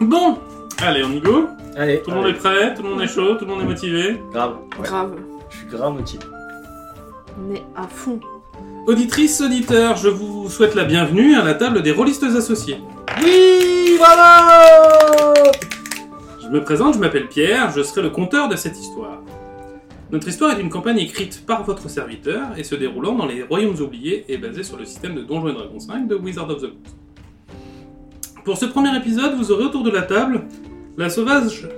Bon, allez, on y go. Allez, Tout le monde est prêt, tout le monde est chaud, tout le monde est motivé. grave. ouais. Grave. Je suis grave motivé. On est à fond. Auditrices, auditeurs, je vous souhaite la bienvenue à la table des rôlistes associés. Oui, bravo Je me présente, je m'appelle Pierre, je serai le conteur de cette histoire. Notre histoire est une campagne écrite par votre serviteur et se déroulant dans les Royaumes oubliés et basée sur le système de Donjons et Dragons 5 de Wizard of the Coast. Pour ce premier épisode, vous aurez autour de la table la sauvage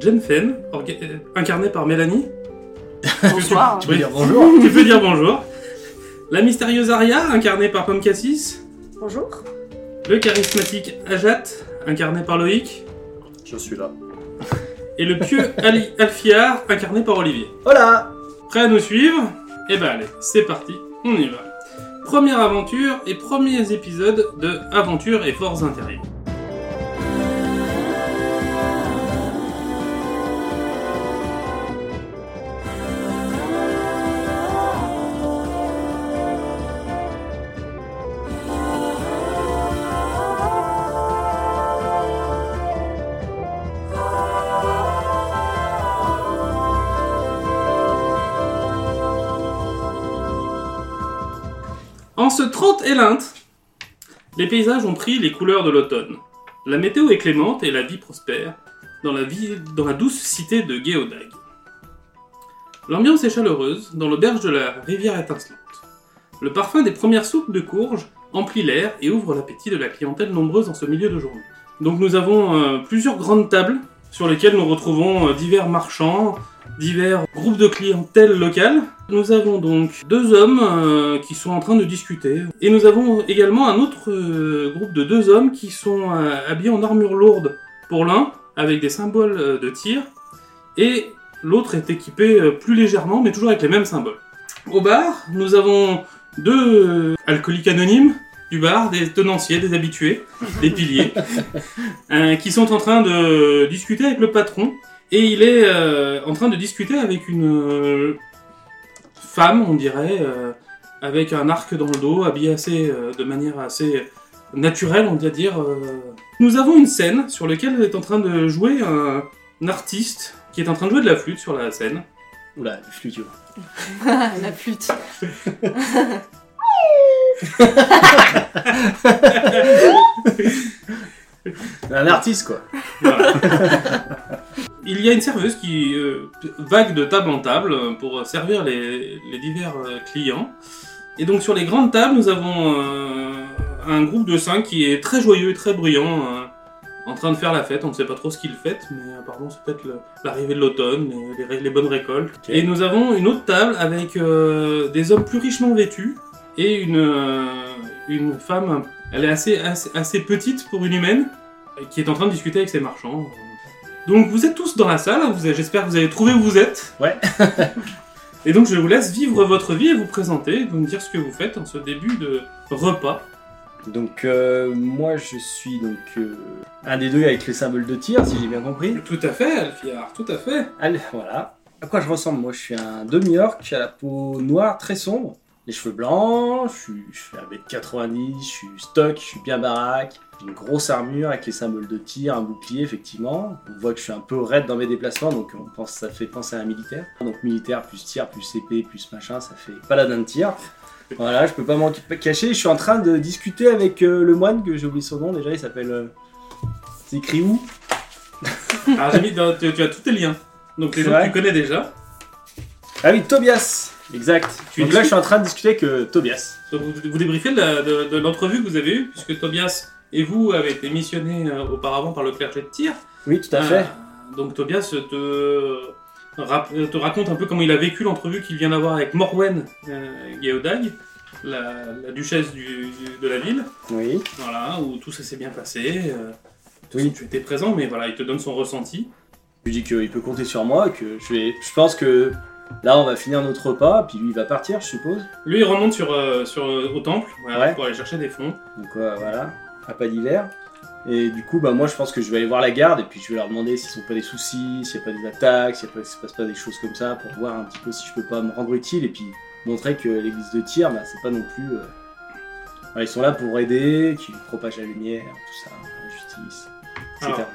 Jen Fen, orga- euh, incarnée par Mélanie. Bonsoir. Tu peux dire bonjour Tu peux dire bonjour. La mystérieuse Aria, incarnée par Pomme Cassis. Bonjour. Le charismatique Ajat, incarné par Loïc. Je suis là. Et le pieux Ali Alfiar, incarné par Olivier. Hola Prêt à nous suivre Eh ben allez, c'est parti, on y va. Première aventure et premiers épisodes de Aventures et Forces intérieures. En ce 30 et l'Inde, les paysages ont pris les couleurs de l'automne. La météo est clémente et la vie prospère dans la, ville- dans la douce cité de Geodag. L'ambiance est chaleureuse dans l'auberge de la rivière étincelante. Le parfum des premières soupes de courge emplit l'air et ouvre l'appétit de la clientèle nombreuse en ce milieu de journée. Donc nous avons euh, plusieurs grandes tables sur lesquelles nous retrouvons euh, divers marchands, divers groupes de clientèle locale. Nous avons donc deux hommes euh, qui sont en train de discuter. Et nous avons également un autre euh, groupe de deux hommes qui sont euh, habillés en armure lourde pour l'un, avec des symboles euh, de tir. Et l'autre est équipé euh, plus légèrement, mais toujours avec les mêmes symboles. Au bar, nous avons deux euh, alcooliques anonymes du bar, des tenanciers, des habitués, des piliers, euh, qui sont en train de discuter avec le patron et il est euh, en train de discuter avec une euh, femme, on dirait, euh, avec un arc dans le dos, habillée assez, euh, de manière assez naturelle, on va dire. euh. Nous avons une scène sur laquelle est en train de jouer un, un artiste qui est en train de jouer de la flûte sur la scène. Oula, du flutio. la flûte. Un artiste, quoi. Voilà. il y a une serveuse qui euh, vague de table en table euh, pour servir les, les divers euh, clients. Et donc sur les grandes tables, nous avons euh, un groupe de cinq qui est très joyeux et très bruyant, euh, en train de faire la fête. On ne sait pas trop ce qu'ils fêtent, mais apparemment c'est peut-être le- l'arrivée de l'automne, les, les- les bonnes récoltes. Ok. Et nous avons une autre table avec euh, des hommes plus richement vêtus et une, euh, une femme, elle est assez, assez, assez petite pour une humaine, qui est en train de discuter avec ses marchands. Donc vous êtes tous dans la salle, hein, vous avez- j'espère que vous avez trouvé où vous êtes. Ouais. et donc je vous laisse vivre votre vie et vous présenter, vous me dire ce que vous faites en ce début de repas. Donc, euh, moi, je suis donc euh, un des deux avec le symbole de tir, si j'ai bien compris. Tout à fait, Alfiard, tout à fait. Allez, voilà. À quoi je ressemble Moi, je suis un demi-orc à la peau noire très sombre, les cheveux blancs, je suis, je fais 1m90, je suis stock, je suis bien baraque, j'ai une grosse armure avec les symboles de tir, un bouclier, effectivement. On voit que je suis un peu raide dans mes déplacements, donc on pense, ça fait penser à un militaire. Donc militaire plus tir, plus épée, plus machin, ça fait paladin de tir. Voilà, je peux pas m'en cacher, je suis en train de discuter avec euh, le moine, que j'ai oublié son nom déjà, il s'appelle... euh, C'est écrit où Alors j'ai mis dans- Ah, tu, tu as tous tes liens. Donc les C'est gens que vrai tu connais déjà. Ah oui, Tobias Exact. Tu Donc dis- là, je suis en train de discuter avec euh, Tobias. Donc, vous, vous débriefez de la- de de l'entrevue que vous avez eue, puisque Tobias et vous avez été missionnés euh, auparavant par le clergé de tir. Oui, tout à Euh, fait. donc Tobias te, rap- te raconte un peu comment il a vécu l'entrevue qu'il vient d'avoir avec Morwen euh, Geodag, la, la duchesse du- du- de la ville, Oui. voilà, où tout ça s'est bien passé. euh, Oui. Tu étais présent, mais voilà, il te donne son ressenti. Je lui dis qu'il peut compter sur moi, que je vais. Je pense que là, on va finir notre repas, puis lui, il va partir, je suppose. Lui, il remonte sur, euh, sur, euh, au temple voilà, Ouais. pour aller chercher des fonds. Donc euh, voilà, à pas d'hiver. Et du coup, bah, moi, je pense que je vais aller voir la garde, et puis je vais leur demander s'ils ont pas des soucis, s'il n'y a pas des attaques, s'il ne se passe pas des choses comme ça, pour voir un petit peu si je peux pas me rendre utile, et puis montrer que l'église de tir, bah, c'est pas non plus. euh, voilà, ils sont là pour aider, qu'ils propagent la lumière, tout ça, la justice. etc. Alors,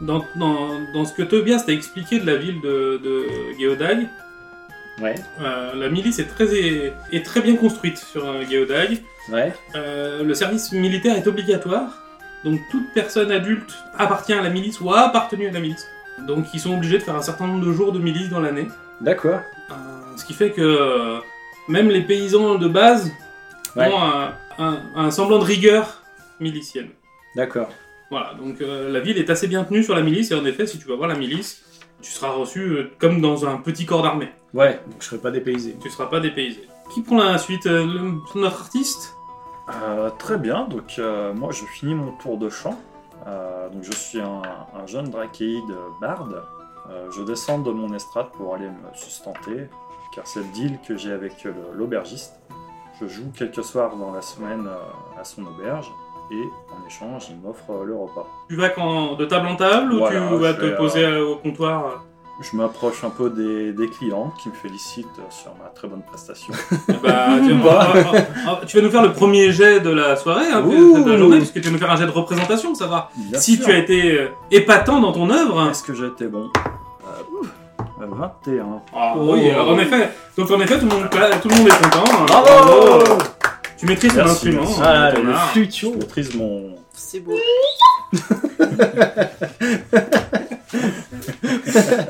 Dans, dans- dans ce que Tobias t'a expliqué de la ville de, de Geodag, Ouais, euh, la milice est très, é- est très bien construite sur euh, Geodag. ouais, Euh, le service militaire est obligatoire. Donc toute personne adulte appartient à la milice ou a appartenu à la milice. Donc ils sont obligés de faire un certain nombre de jours de milice dans l'année. d'accord. Euh, ce qui fait que euh, même les paysans de base Ouais. ont un, un- un semblant de rigueur milicienne. D'accord. Voilà, donc euh, la ville est assez bien tenue sur la milice, et en effet, si tu vas voir la milice, tu seras reçu euh, comme dans un petit corps d'armée. Ouais, donc je serais pas dépaysé. Tu ne seras pas dépaysé. Qui prend la suite euh, le- Notre artiste Euh, très bien, donc euh, moi je finis mon tour de chant. Euh, donc je suis un, un jeune drachéide euh, barde. Euh, je descends de mon estrade pour aller me sustenter, car c'est le deal que j'ai avec euh, le- l'aubergiste. Je joue quelques soirs dans la semaine euh, à son auberge, et en échange il m'offre euh, le repas. Tu vas quand, de table en table ou Voilà, tu vas je te vais, poser euh, au comptoir euh, Je m'approche un peu des, des clients qui me félicitent euh, sur ma très bonne prestation. Bah, tiens, on va- on va- on va- tu vas nous faire le premier jet de la soirée, hein, Ouh. de la journée, puisque tu vas nous faire un jet de représentation, ça va. Bien si sûr. tu as été euh, épatant dans ton œuvre. hein. Est-ce que j'étais bon Euh, ouf, euh, 21. Ah, Oh. oui, euh, en effet. Donc en effet, tout le monde, tout le monde est content. hein. Oh, Bravo Tu maîtrises ton Merci, instrument. merci. hein, Ah, ton le art. Je futur maîtrise mon, C'est beau.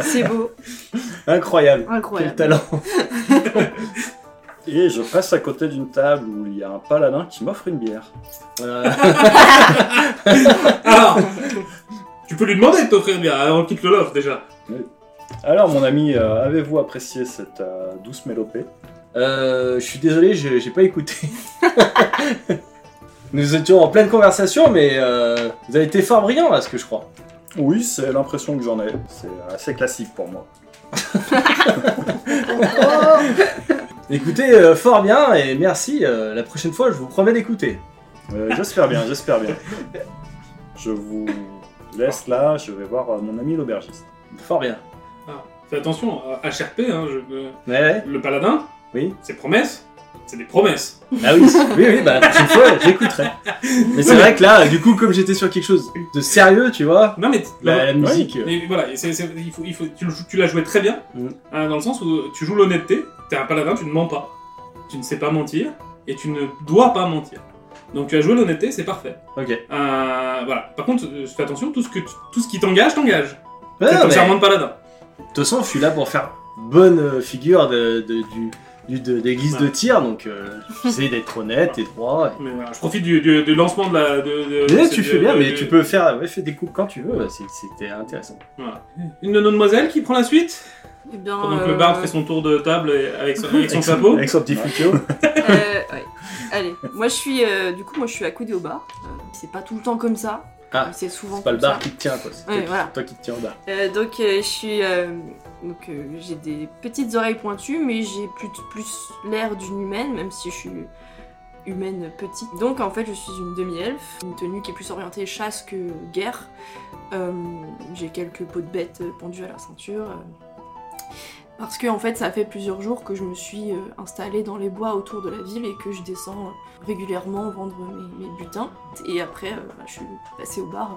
C'est beau. Incroyable. Quel Incroyable. talent Et je passe à côté d'une table où il y a un paladin qui m'offre une bière. Euh, Alors, tu peux lui demander de t'offrir bien avant qu'il te l'offre déjà. Alors mon ami, euh, avez-vous apprécié cette euh, douce mélopée euh, je suis désolé, j'ai j'ai pas écouté. Nous étions en pleine conversation, mais euh, vous avez été fort brillant à ce que je crois. Oui, c'est l'impression que j'en ai. C'est assez classique pour moi. Oh Écoutez, euh, fort bien et merci. euh, la prochaine fois, je vous promets d'écouter. Euh, j'espère bien, j'espère bien. Je vous laisse là, je vais voir euh, mon ami l'aubergiste. Fort bien. Fais attention, euh, HRP, hein, je- euh, Ouais, ouais. le paladin, Oui. c'est promesse. C'est des promesses. Ah oui, oui, oui, bah la prochaine fois, j'écouterai. Mais c'est vrai que là, du coup, comme j'étais sur quelque chose de sérieux, tu vois, Non mais t- la, la musique. euh, Mais voilà, et c'est- c'est- il faut, il faut, tu, le joues- tu l'as joué très bien, Mm. hein, dans le sens où tu joues l'honnêteté, t'es un paladin, tu ne mens pas, tu ne sais pas mentir, et tu ne dois pas mentir. Donc tu as joué l'honnêteté, c'est parfait. Ok. Euh, voilà. Par contre, euh, fais attention, tout ce, que tu- tout ce qui t'engage, t'engage. c'est Ouais, non, ton Ah, mais- serment de paladin. De toute façon, je suis là pour faire bonne euh, figure de, de- du, du- de- des guises de tir, donc euh, j'essaie d'être honnête et droit. Mais voilà, je profite du, du- du lancement de la... De, de- Mais de- tu de- fais bien, de- mais de- tu peux faire ouais, fais des coupes quand tu veux, c'est- c'était intéressant. voilà. Une demoiselle qui prend la suite, Eh bien, pendant que le euh, barde fait son tour de table et- avec son, avec son Avec son- chapeau. Avec son petit futur. euh, ouais. Allez, moi je suis, euh, du coup, moi je suis accoudée au bar. Euh, c'est pas tout le temps comme ça. Ah, mais c'est souvent. C'est pas le comme ça. bar qui te tient, quoi. C'est Ouais, toi, qui- voilà. toi qui te tiens au bar. Euh, donc euh, je suis, euh, donc euh, j'ai des petites oreilles pointues, mais j'ai plus, plus l'air d'une humaine, même si je suis humaine petite. Donc en fait, je suis une demi-elfe, une tenue qui est plus orientée chasse que guerre. Euh, j'ai quelques peaux de bête euh, pendues à la ceinture. euh, parce que en fait, ça fait plusieurs jours que je me suis euh, installée dans les bois autour de la ville et que je descends euh, régulièrement vendre mes, mes butins. Et après, euh, bah, je suis passée au bar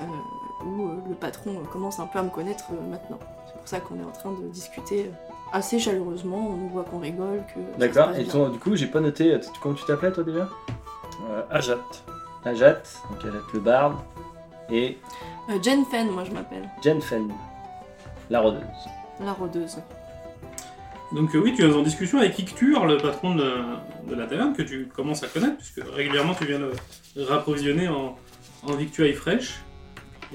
euh, où euh, le patron euh, commence un peu à me connaître euh, maintenant. C'est pour ça qu'on est en train de discuter euh, assez chaleureusement. On nous voit qu'on rigole, que ça se D'accord, passe et bien. ton- du coup, j'ai pas noté, euh, t- comment tu t'appelais toi déjà Euh, Ajat. Ajat, donc Ajat le barbe, et Euh, Jen Fen, moi je m'appelle, Jen Fen, la rôdeuse. la rôdeuse. Donc euh, oui, tu es en discussion avec Icture, le patron de, de la taverne, que tu commences à connaître, puisque régulièrement tu viens le le rapprovisionner en, en victuailles fraîches.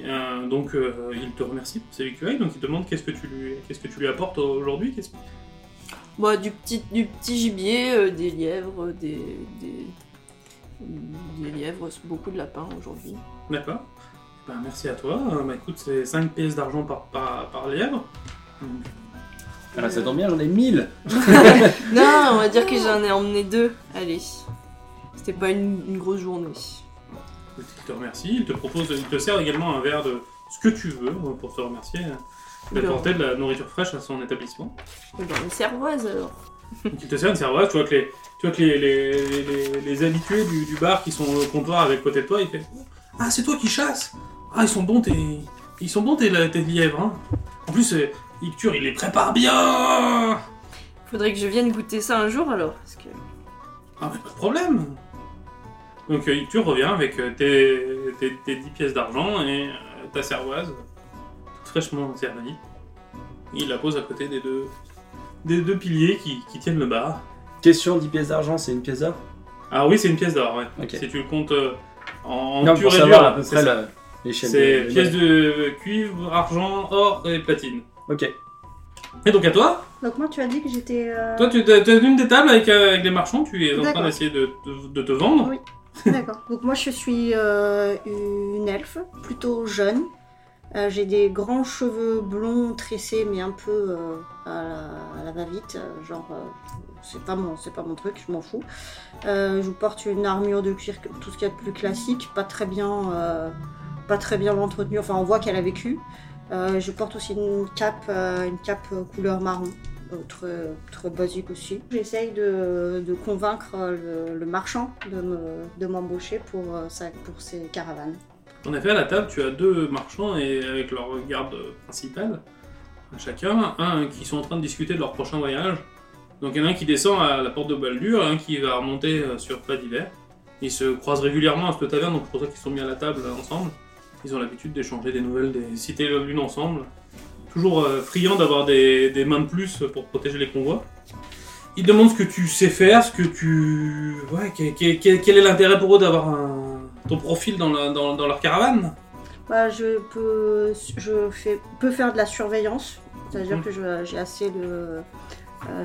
Euh, donc euh, il te remercie pour ces victuailles, donc il te demande qu'est-ce que tu lui, qu'est-ce que tu lui apportes aujourd'hui. qu'est-ce que- Bon, Bah, du petit, du petit gibier, euh, des lièvres, des, des, des lièvres, c'est beaucoup de lapins aujourd'hui. D'accord. Ben, merci à toi. Euh, bah, écoute, c'est 5 pièces d'argent par, par, par lièvre. Donc, Ah, ça tombe bien, j'en ai 1000 Non, on va dire que j'en ai emmené deux. Allez, c'était pas une, une grosse journée. écoute, il te remercie. Il te propose, il te sert également un verre de ce que tu veux euh, pour te remercier euh, d'apporter de la nourriture fraîche à son établissement. Dans Eh ben, une cervoise alors. Donc il te sert une servoise, tu vois que les, tu vois que les, les, les- les- les habitués du, du bar qui sont au comptoir avec côté de toi, ils font Ah, c'est toi qui chasse Ah, ils sont bons tes. Ils sont bons tes, tes lièvres, hein. En plus, euh, Icture, il les prépare bien Faudrait que je vienne goûter ça un jour alors. Parce que... Ah, mais pas de problème Donc, euh, Icture revient avec euh, tes, tes, tes 10 pièces d'argent et euh, ta servoise, fraîchement servie. Il la pose à côté des deux, des deux piliers qui, qui tiennent le bar. Question 10 pièces d'argent, c'est une pièce d'or Ah oui, c'est une pièce d'or, ouais. Ok. Si tu le comptes euh, en, en Non, pur pour et savoir dur, à peu c'est près ça. la- l'échelle. C'est de- pièce de cuivre, argent, or et platine. Ok. Et donc à toi Donc moi, tu as dit que j'étais. euh, Toi, tu es une des tables avec, euh, avec les marchands, tu es en train D'accord. d'essayer de, de- de te vendre. Oui. D'accord. Donc moi, je suis euh, une elfe, plutôt jeune. Euh, J'ai des grands cheveux blonds tressés, mais un peu euh, à la, à la va-vite. euh, Genre, euh, c'est pas mon, c'est pas mon truc, je m'en fous. Euh, je porte une armure de cuir, tout ce qu'il y a de plus classique, pas très bien, euh, pas très bien entretenue. Enfin, on voit qu'elle a vécu. Euh, je porte aussi une cape, euh, une cape couleur marron. Euh, très, très basique aussi. J'essaye de, de convaincre euh, le, le marchand de me- de m'embaucher pour, euh, sa- pour ses caravanes. En effet, à la table, tu as deux marchands et avec leur garde principale, chacun, un qui sont en train de discuter de leur prochain voyage. Donc il y en a un qui descend à la porte de Baldur, un qui va remonter euh, sur Plat d'hiver. Ils se croisent régulièrement à cette taverne, donc c'est pour ça qu'ils sont mis à la table euh, ensemble. Ils ont l'habitude d'échanger des nouvelles des cités l'une ensemble. Toujours euh, friands d'avoir des, des mains de plus pour protéger les convois. Ils demandent ce que tu sais faire, ce que tu. Ouais, que- que- que- quel est l'intérêt pour eux d'avoir un- ton profil dans, la- dans- dans leur caravane Bah, je peux, je fais, peux faire de la surveillance, c'est-à-dire Mhm. que je- j'ai assez de, euh,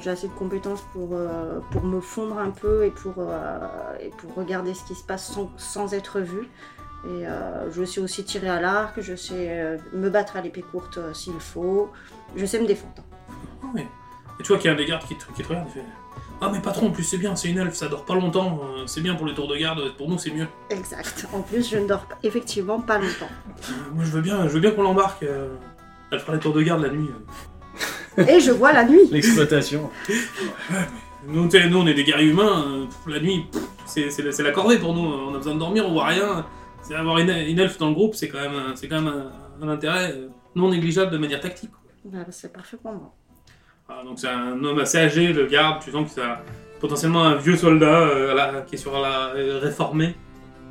j'ai assez de compétences pour, euh, pour me fondre un peu et pour, euh, et pour regarder ce qui se passe sans, sans être vu. Et euh, je sais aussi tirer à l'arc, je sais euh, me battre à l'épée courte euh, s'il faut, je sais me défendre. Ah ouais. Et tu vois qu'il y a un des gardes qui te, qui te regarde et fait Ah, mais patron, en plus c'est bien, c'est une elfe, ça dort pas longtemps, euh, c'est bien pour les tours de garde, pour nous c'est mieux. Exact. En plus, je ne dors pas- effectivement pas longtemps. Euh, moi je veux bien, je veux bien qu'on l'embarque, euh, elle fera les tours de garde la nuit. euh. Et je vois la nuit. L'exploitation. Nous, t'sais, nous on est des guerriers humains, euh, pff, la nuit pff, c'est c'est la c'est la corvée pour nous, on a besoin de dormir, on voit rien. C'est avoir une, une elfe dans le groupe, c'est quand même, un- c'est quand même un, un intérêt euh, non négligeable de manière tactique. quoi. Bah, c'est parfait pour moi. Ah, donc c'est un homme assez âgé, le garde, tu sens que c'est un- potentiellement un vieux soldat euh, à la- qui est sur la euh, réformée,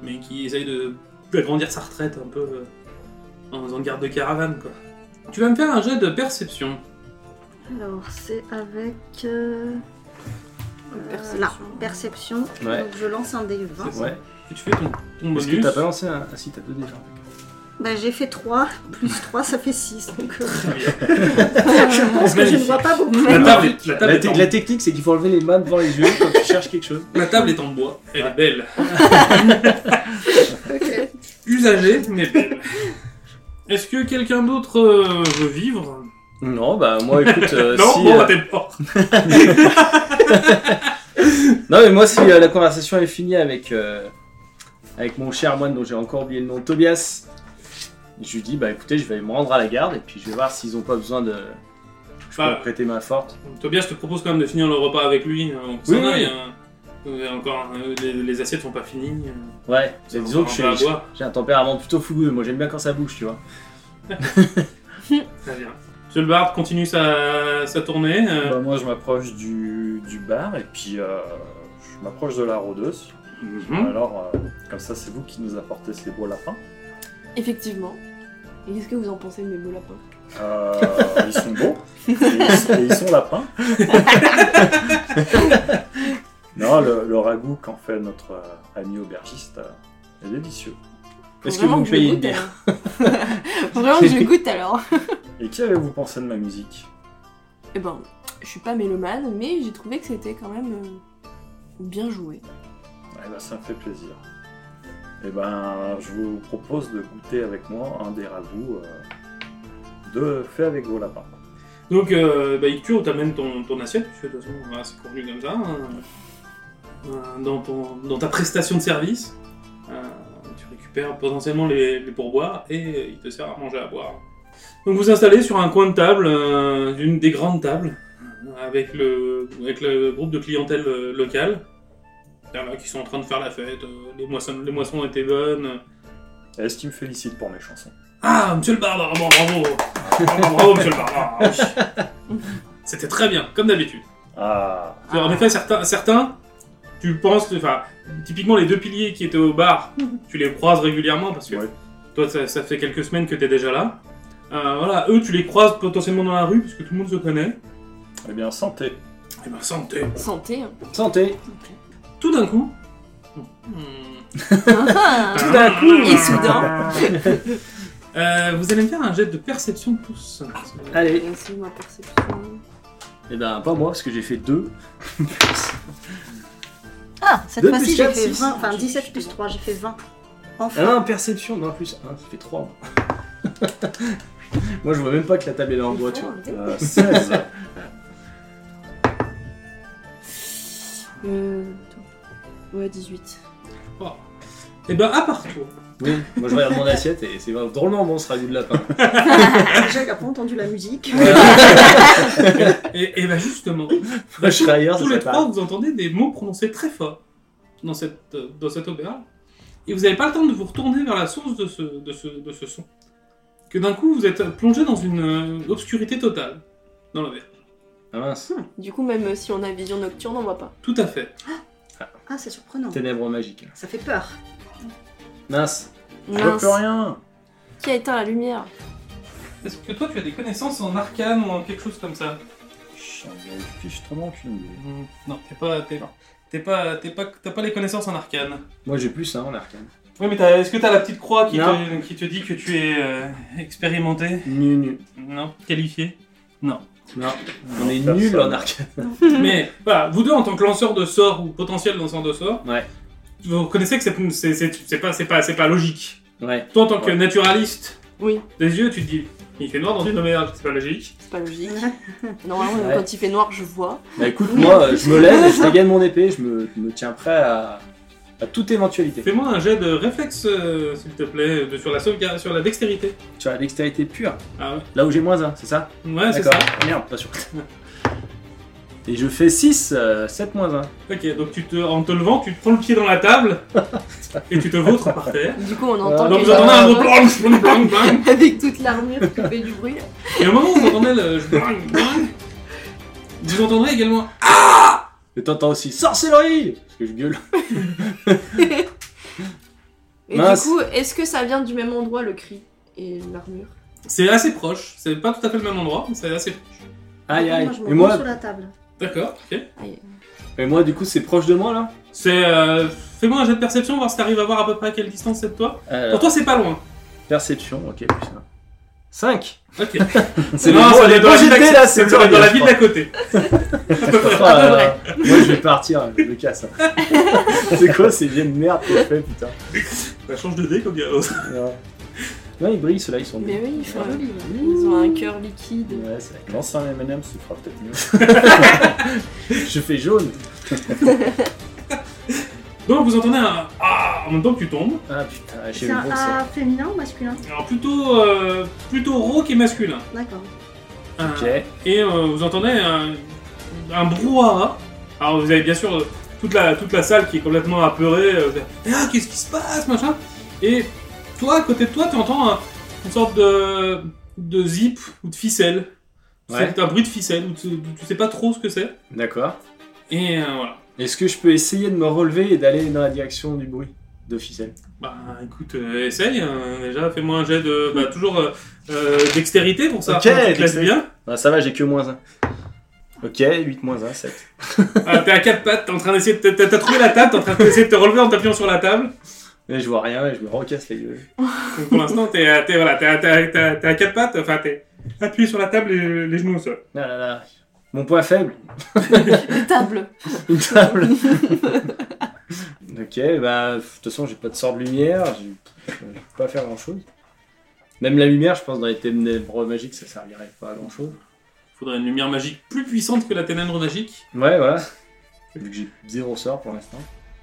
mais qui essaye de d'agrandir sa retraite un peu euh, en faisant garde de caravane quoi. Tu vas me faire un jet de perception. Alors, c'est avec. euh, euh, Perception. là, perception. Ouais. Donc, je lance un dé C'est 20. ça. Ouais. Et tu fais ton, ton Est-ce que bonus. t'as pas lancé un. Ah si, t'as deux déjà. Bah, j'ai fait 3, plus 3, ça fait 6. Donc, euh, Très bien. je pense que je ne Magnifique. vois pas beaucoup. La table, est- la table La, est en- te- la technique, c'est qu'il faut enlever les mains devant les yeux quand tu cherches quelque chose. la table est en bois, elle est Ouais. belle. Ok. Usagée, mais belle. Est-ce que quelqu'un d'autre euh, veut vivre Non, bah moi, écoute, euh, Non, si. bon, bah, euh, t'es mort. Non, mais moi, si euh, la conversation est finie avec, euh, avec mon cher moine dont j'ai encore oublié le nom, Tobias, je lui dis bah écoutez, je vais me rendre à la garde et puis je vais voir s'ils ont pas besoin de. Je peux Bah, leur prêter main forte. Tobias, je te propose quand même de finir le repas avec lui. hein, On s'en Oui, oui. aille, hein. Vous avez encore, euh, les, les assiettes sont pas finies. euh, Ouais, vous mais avez disons que encore je un peu suis- à boire. j'ai un tempérament plutôt fougueux. Moi, j'aime bien quand ça bouge, tu vois. Très bien. Monsieur le Bard continue sa, sa tournée. euh, Bah, moi, je m'approche du, du bar et puis euh, je m'approche de la rôdeuse. Bah. mhm. Alors, euh, comme ça, c'est vous qui nous apportez ces beaux lapins. Effectivement. Et qu'est-ce que vous en pensez de mes beaux lapins Euh, ils sont beaux et, ils- et ils sont lapins. non, le, le ragoût qu'en fait notre euh, ami aubergiste euh, est délicieux. Est-ce que Vraiment vous je payez goûte, une bière alors. Vraiment que je goûte alors. Et qu'avez-vous pensé de ma musique Eh ben, je suis pas mélomane, mais j'ai trouvé que c'était quand même euh, bien joué. Eh ben, ça me fait plaisir. Eh ben, je vous propose de goûter avec moi un des ragoûts euh, de fait avec vos lapins. Donc, euh, bah, Icture, t'amènes ton, ton assiette, puisque de toute façon, voilà, c'est convenu comme ça. hein. Euh, Dans, ton- dans ta prestation de service, euh, tu récupères potentiellement les, les pourboires et euh, il te sert à manger à boire. Donc, vous installez sur un coin de table, euh, une des grandes tables, euh, avec le, avec le groupe de clientèle euh, locale. Il y en a qui sont en train de faire la fête, euh, les, moissons, les moissons étaient bonnes. Est-ce qu'il me félicite pour mes chansons Ah, monsieur le barbare, bon, bravo Bravo, bravo, monsieur le barbare C'était très bien, comme d'habitude. Ah, En effet, certains, certains, tu penses, enfin, typiquement les deux piliers qui étaient au bar, tu les croises régulièrement parce que Ouais. toi, ça, ça fait quelques semaines que t'es déjà là. Euh, voilà, eux, tu les croises potentiellement dans la rue parce que tout le monde se connaît. eh bien, santé. Eh ben, santé Santé. hein. Santé Tout d'un coup. Ah, Tout d'un coup Et soudain. Euh, vous allez me faire un jet de perception tous. Allez Bien sûr, ma perception. Eh ben, pas moi, parce que j'ai fait 2. Ah, cette Deux fois-ci plus j'ai quatre, fait six. 20, enfin 17 plus 3, j'ai fait 20. Enfin, 1 perception, Ah non, plus 1, ça fait 3. moi, je vois même pas que la table est en bois, tu vois. Euh, 16. Euh, attends. Ouais, 18. Oh. Et ben, à part toi, Oui, moi, je regarde mon assiette et c'est vraiment drôlement bon ce ragoût de lapin. Hein déjà il a pas entendu la musique. et, et ben justement, je serais ailleurs, tous ça les serait trois, pas. vous entendez des mots prononcés très fort dans cette, euh, dans cette opéra. Et vous n'avez pas le temps de vous retourner vers la source de ce, de ce, de ce son. Que d'un coup, vous êtes plongé dans une euh, obscurité totale dans l'auberge. Ah mince, Du coup, même euh, si on a vision nocturne, on voit pas. Tout à fait. Ah, c'est surprenant. ténèbres magiques. hein. Ça fait peur. Mince. Je vois Mince. plus rien. Qui a éteint la lumière Est-ce que toi, tu as des connaissances en arcane ou en quelque chose comme ça J'en ai fichtrement aucune idée. Mm, Non, t'es pas, t'es, t'es pas, t'es pas, t'as pas les connaissances en arcane. Moi, j'ai plus ça en arcane. Oui, mais t'as- est-ce que t'as la petite croix qui Non. te, qui te dit que tu es euh, expérimenté Nu, nu. Non. Qualifié Non. Non, on est personne. nul en arcane. mais voilà, vous deux, en tant que lanceur de sorts ou potentiel lanceur de sorts, Ouais. vous reconnaissez que c'est, c'est- c'est- c'est pas, c'est, pas, c'est pas logique. Ouais. Toi, en tant que Ouais. naturaliste Oui, des yeux, tu te dis, il fait noir dans une auberge, c'est pas logique. c'est pas logique. Normalement, Ouais. quand il fait noir, je vois. Bah écoute, moi, euh, je me lève, et je dégaine mon épée, je me, je me tiens prêt à, à toute éventualité. Fais-moi un jet de réflexe, euh, s'il te plaît, de- sur la sauvegarde, sur la dextérité. Sur la dextérité pure, Ah ouais, là où j'ai moins 1, Ah, c'est ça ouais c'est ça. D'accord. Merde, pas sûr. Et je fais 6, 7 moins 1. Ok, donc tu te, en te levant, tu te prends le pied dans la table et tu te vautres par terre. Du coup, on entend. Donc que- vous entendez un gros blanc, blanc, blanc, blanc. Avec toute l'armure qui fait du bruit. Et au moment où vous entendez le blanc, blanc, vous entendrez également Et t'entends aussi sorcellerie Parce que je gueule. Et Mince. du coup, est-ce que ça vient du même endroit le cri et l'armure C'est assez proche, c'est pas tout à fait le même endroit, mais c'est assez proche. Aïe aïe. Moi, je me Et moi... moi, sous la table. D'accord, ok. et moi du coup c'est proche de moi là C'est. euh, Fais-moi un jet de perception, voir si t'arrives à voir à peu près à quelle distance c'est de toi. Pour Alors, toi, c'est pas loin. Perception, ok plus 1. 5 Ok. C'est Non, ça doit être les dans la ville d'à- là, ça c'est doit être dans la ville glorieux, d'à côté. je crois. Ah, Euh, Moi je vais partir, je me casse. hein. c'est quoi ces jets de merde que je fais putain Bah, Ça change de dé comme il y a l'autre. Ouais. Non, ils brillent, ceux-là, ils sont Mais bons. oui, ils sont Ouais. jolis. Ils ont un cœur liquide. Ouais, c'est la classe. Lance un M&M, ce fera peut-être mieux. Je fais jaune. Donc vous entendez un. Ah En même temps que tu tombes. Ah putain, j'ai C'est le un bon A ça. féminin ou masculin Alors plutôt. euh, plutôt rauque et masculin. D'accord. ah. Un- Ok. et euh, vous entendez un, un brouhaha. Alors vous avez bien sûr euh, toute la, toute la salle qui est complètement apeurée. euh, vous êtes, ah, qu'est-ce qui se passe, machin Et toi, à côté de toi, tu entends une sorte de, de zip ou de ficelle. Ouais. C'est un bruit de ficelle, ou tu, tu sais pas trop ce que c'est. D'accord. Et euh, voilà. Est-ce que je peux essayer de me relever et d'aller dans la direction du bruit de ficelle Bah écoute, euh, essaye. euh, déjà, fais-moi un jet de. Bah, toujours euh, euh, dextérité pour ça. Ok, tu te classes dextérité. bien. Bah ça va, j'ai que moins 1. Ok, 8 moins 1, 7. Ah, t'es à quatre pattes, t'es en train d'essayer. de te- T'as t'as trouvé la table, t'es en train d'essayer de te relever en t'appuyant sur la table. Mais je vois rien et je me recasse les gueules. Donc pour l'instant, t'es à- t'es- voilà, t'es à- t'es à t'es à- t'es à quatre pattes, enfin t'es appuyé sur la table et les genoux au sol. Ah là là. Mon point faible, Une table. une table. ok, bah de toute façon j'ai pas de sort de lumière, j'ai- je peux pas faire grand chose. Même la lumière, je pense, dans les ténèbres magiques, ça servirait pas à grand chose. Faudrait une lumière magique plus puissante que la ténèbre magique. Ouais, voilà. Vu que j'ai zéro sort pour l'instant.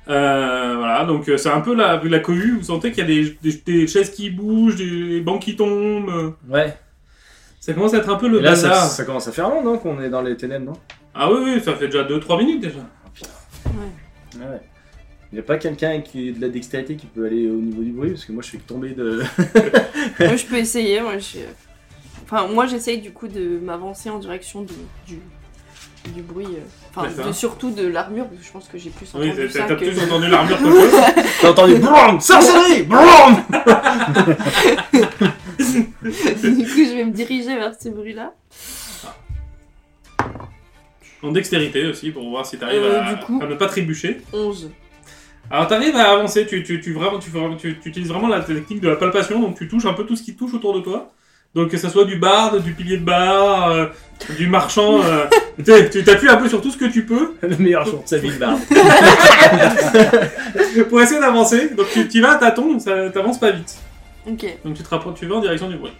Euh, voilà, donc euh, c'est un peu la, la cohue, vous sentez qu'il y a des, des- des chaises qui bougent, des bancs qui tombent, euh, Ouais. ça commence à être un peu le Et là, ça, bazar. ça commence à faire long, non Qu'on est dans les ténèbres, non Ah oui, oui, ça fait déjà 2-3 minutes déjà. Putain. Ouais. Mais Il n'y a pas quelqu'un qui a de la dextérité qui peut aller au niveau du bruit, parce que moi je fais que tomber de. moi, je peux essayer. Moi, je... Enfin, moi, j'essaye du coup de m'avancer en direction du, du, du bruit. euh, Enfin, D'accord. de- surtout de l'armure, parce que je pense que j'ai plus entendu Oui, t'as- ça t'as que... plus entendu l'armure que toi. T'as entendu BRAM Sorcellerie BRAM du coup, je vais me diriger vers ces bruits-là. En dextérité aussi, pour voir si t'arrives Euh, à, du coup- à ne pas trébucher. 11. Alors t'arrives à avancer, tu, tu, tu, vraiment, tu, fais- tu- tu utilises vraiment la technique de la palpation, donc tu touches un peu tout ce qui touche autour de toi. Donc que ça soit du barde, du pilier de bar, euh, du marchand, euh, tu sais, tu t'appuies un peu sur tout ce que tu peux Le meilleur jour de sa vie, Barbe. pour essayer d'avancer. Donc tu, tu vas à tâtons, ça t'avance pas vite. Ok, Donc tu te rapproches, tu vas en direction du bruit.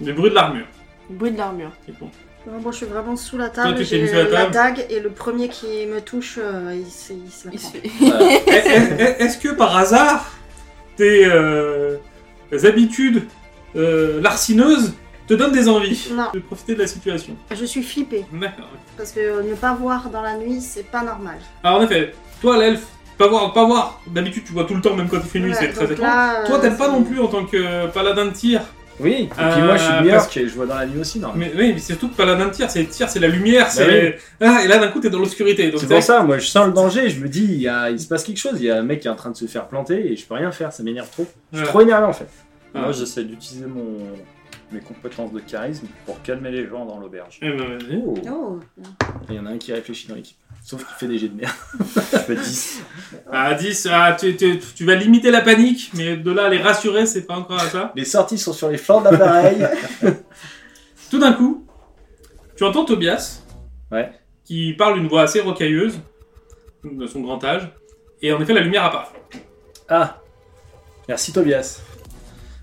Du bruit de l'armure. bruit de l'armure. Et bon. Moi, je suis vraiment sous la Toi, table, tu t'es j'ai mis sous la la, table. dague et le premier qui me touche, euh, il se, il se la Il se prend. fait- Voilà. Est- est- est- Est-ce que par hasard tes euh, habitudes euh, larcineuses te donnent des envies Non. de profiter de la situation Je suis flippée D'accord. parce que euh, ne pas voir dans la nuit, c'est pas normal. Alors Ah, en effet, toi l'elfe, pas voir, pas voir. D'habitude tu vois tout le temps, même quand il fait nuit, Ouais, c'est très donc étrange. là, euh, Toi t'aimes pas c'est- non plus en tant que euh, paladin de tir. Oui, et puis Euh, moi je suis meilleur parce que je vois dans la nuit aussi, non Mais oui, mais surtout que paladin de tir, c'est tir, c'est la lumière, c'est ah, et là d'un coup t'es dans l'obscurité. Donc C'est t'es- pour ça, moi je sens le danger, je me dis, il, y a- il se passe quelque chose, il y a un mec qui est en train de se faire planter et je peux rien faire, ça m'énerve trop. Je suis Voilà. trop énervé en fait. Moi, j'essaie d'utiliser mon... mes compétences de charisme pour calmer les gens dans l'auberge. Eh ben, vas-y. Oh. Il y en a un qui réfléchit dans l'équipe, sauf qu'il fait des jets de merde. Je fais 10. Ah, 10, ah, tu, tu- tu vas limiter la panique, mais de là à les rassurer, c'est pas encore à ça. Les sorties sont sur les flancs de l'appareil. Tout d'un coup, tu entends Tobias, Ouais. qui parle d'une voix assez rocailleuse, de son grand âge, et en effet la lumière apparaît. ah Merci Tobias.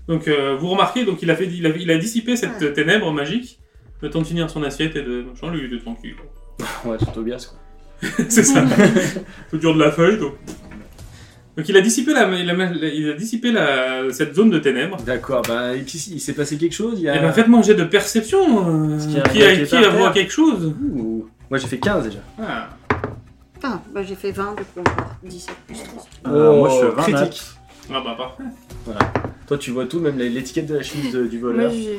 Donc euh, vous remarquez, donc il a, fait, il a, il a dissipé cette ténèbre magique, le temps de finir son assiette et de machin, lui il est tranquille. Ouais, c'est Tobias quoi. C'est ça. Tout dur de la feuille, donc. Donc il a dissipé, la, la- la- il a dissipé la, cette zone de ténèbres. D'accord, bah et puis il s'est passé quelque chose, il y Eh a. ben faites manger de perception. euh, Est-ce qu'il y a un qui a, mec Ah. qui est qui par avoue terre quelque chose Ouh. Moi j'ai fait 15 déjà. Ah. Ah, bah j'ai fait 20 du coup encore. 17 plus 3. Euh, moi, je suis à 20 Oh, critique. nat. Ah bah parfait. Toi tu vois tout, même l'étiquette de la chemise de- du Moi, voleur. j'ai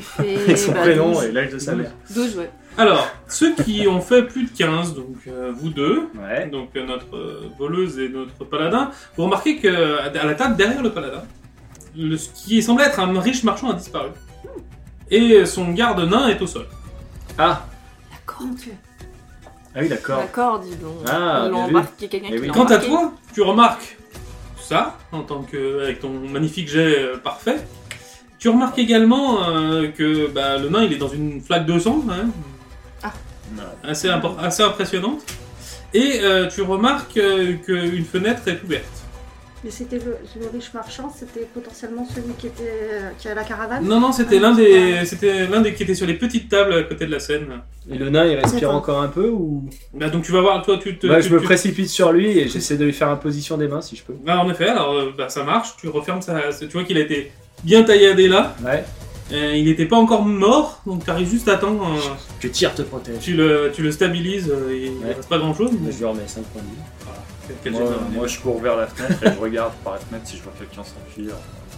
fait... Et son bah, prénom 12. et l'âge de sa mère. 12, ouais. Alors, ceux qui ont fait plus de 15, donc euh, vous deux, Ouais. donc euh, notre euh, voleuse et notre paladin, vous remarquez que euh, à la table derrière le paladin, le, ce qui semblait être un riche marchand a disparu. Et son garde nain est au sol. Ah La corde. euh, Ah oui, d'accord. La corde, dis donc. Ah, Ils l'ont bien vu. embarqué, quelqu'un Eh qui oui. l'a Quant à embarqué. toi, tu remarques ça, en tant que, avec ton magnifique jet euh, parfait. Tu remarques également euh, que bah, le nain il est dans une flaque de sang, hein, Ouais. assez, impor- assez impressionnante. Et euh, tu remarques euh, qu'une fenêtre est ouverte. Mais c'était le, le riche marchand, c'était potentiellement celui qui était euh, qui a la caravane Non, non, c'était l'un des, c'était l'un des qui était sur les petites tables à côté de la scène. Et le nain il respire D'accord. encore un peu ou. Bah, donc tu vas voir, toi, tu te. Bah, tu- je me tu- précipite sur lui et j'essaie de lui faire imposition des mains si je peux. Bah, en effet, alors euh, bah, ça marche, tu refermes ça. Tu vois qu'il a été bien tailladé là, Ouais. Euh, il n'était pas encore mort, donc t'arrives juste à temps. euh, Que tire te protège. tu, le, tu le stabilises, euh, et il ne Ouais. reste pas grand chose. Mais je lui remets 5 points de vie. Moi, moi, je cours vers la fenêtre et je regarde par la fenêtre si je vois quelqu'un s'enfuir.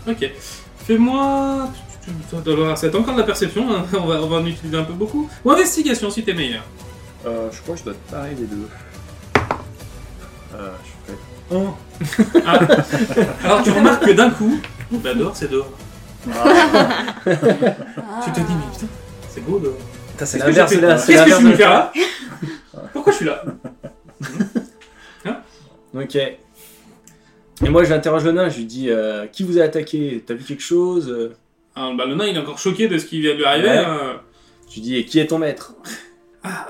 Ok. Fais-moi. tu- tu- tu- alors, C'est encore de la perception, hein, on, va, on va en utiliser un peu beaucoup. Ou investigation si t'es meilleur. Euh, je crois que je dois te parler des deux. Euh, je fais. Oh Ah. Alors tu remarques que d'un coup, bah dehors c'est dehors. Ah. Tu te dis, mais putain, c'est beau dehors. Putain, c'est Qu'est-ce que l'inverse j'ai de fait la. c'est Qu'est-ce que je suis l'inverse venu de- faire là Pourquoi je suis là Ok. Et moi j'interroge le nain, je lui dis euh, Qui vous a attaqué T'as vu quelque chose Euh, Ah, bah, Le nain il est encore choqué de ce qui vient de lui arriver. Ouais. hein. Je lui dis Et qui est ton maître Ah.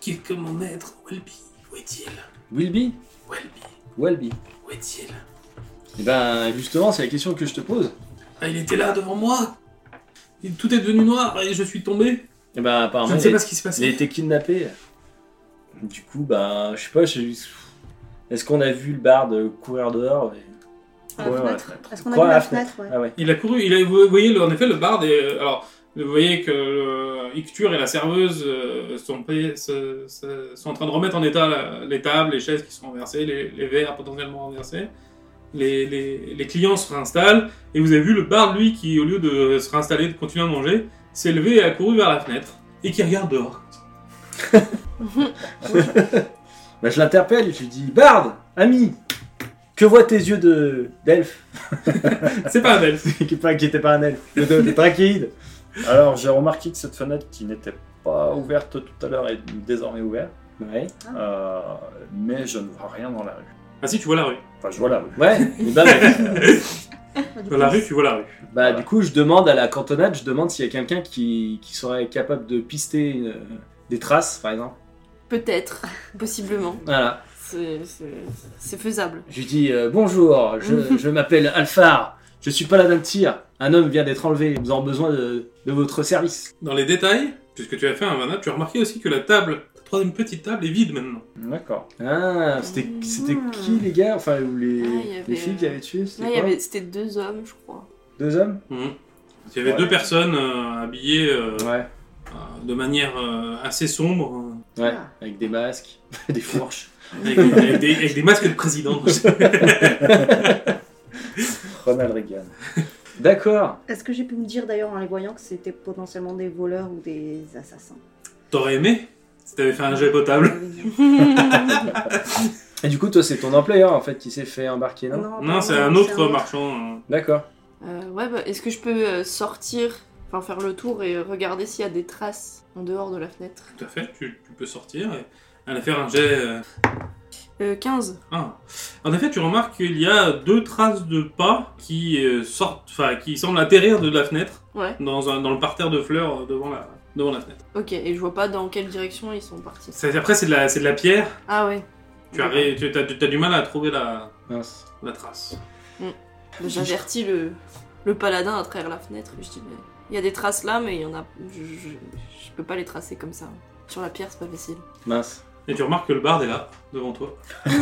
Qui est que mon maître Welby Où est-il Wilby Welby, Welby. où est-il Et ben justement, c'est la question que je te pose. Ah, il était là devant moi Il- Tout est devenu noir et je suis tombé. Et ben apparemment, je ne sais il pas a, ce qui s'est passé. il a été kidnappé. Du coup, ben je sais pas, je- est-ce qu'on a vu le barde courir dehors et- À la Ouais, ouais, fenêtre. Est-ce qu'on a Quoi, vu à la la fenêtre, ouais. Ah ouais. Il a couru, il a, vous voyez le- en effet le barde est. euh, Alors, Vous voyez que euh, Icture et la serveuse euh, sont, payés- se- se- sont en train de remettre en état la- les tables, les chaises qui sont renversées, les, les verres potentiellement renversés. Les, les- les clients se réinstallent et vous avez vu le bar, lui, qui, au lieu de se réinstaller, de continuer à manger, s'est levé et a couru vers la fenêtre et qui regarde dehors. Bah, je l'interpelle et je lui dis Barde, ami, que voient tes yeux de d'elfe C'est pas un elfe. Qui n'était pas, qui était pas un elfe, de, de, de drakéide. Alors, j'ai remarqué que cette fenêtre qui n'était pas ouverte tout à l'heure est désormais ouverte, Ouais. euh, mais je ne vois rien dans la rue. Ah si, tu vois la rue. Enfin, je vois la rue. Ouais, et bah, bah, Dans la rue, tu vois la rue. Bah, du coup, je demande à la cantonade, je demande s'il y a quelqu'un qui, qui serait capable de pister une- des traces, par exemple. Peut-être, possiblement. Voilà. C'est- C'est c'est faisable. Je lui dis euh, bonjour, je, je m'appelle Alphar, je suis paladin de tir. Un homme vient d'être enlevé, nous avons besoin de, de votre service. Dans les détails, puisque tu as fait un mana, tu as remarqué aussi que la table, la troisième petite table, est vide maintenant. D'accord. Ah, c'était c'était qui les gars Enfin, ou les, Ah, il y avait, les filles qui avaient tué C'était Là, il y quoi avait- c'était deux hommes, je crois. Deux hommes Mhm. Il y avait Ouais. deux personnes euh, habillées euh, Ouais. euh, de manière euh, assez sombre, Ouais, Ah. avec des masques, des fourches. euh, avec, avec des, avec des masques de président. Ronald Reagan. D'accord. Est-ce que j'ai pu me dire d'ailleurs en les voyant que c'était potentiellement des voleurs ou des assassins Ah T'aurais aimé si t'avais fait un jet potable Et du coup, toi, c'est ton employeur en fait qui s'est fait embarquer, non, Non, c'est un pardon, autre marchand. euh. D'accord. Euh, ouais, bah, est-ce que je peux euh, sortir, enfin faire le tour et regarder s'il y a des traces en dehors de la fenêtre Tout à fait, tu, tu peux sortir. Et... Aller faire un jet. euh, euh, 15. Ah. En effet, tu remarques qu'il y a deux traces de pas qui euh, sortent, enfin, qui semblent atterrir de la fenêtre Ouais, dans, un- dans le parterre de fleurs euh, devant la, devant la fenêtre. ok, et je vois pas dans quelle direction ils sont partis. C'est- Après, c'est de, la- c'est de la pierre. Ah ouais. Tu as, ré- tu as, tu as du mal à trouver la, Mince. la trace. J'avertis le, le paladin à travers la fenêtre, je dis, mais il y a des traces là, mais il y en a. Je, je- je peux pas les tracer comme ça. Sur la pierre, c'est pas facile. Mince. Et tu remarques que le barde est là, devant toi. Devant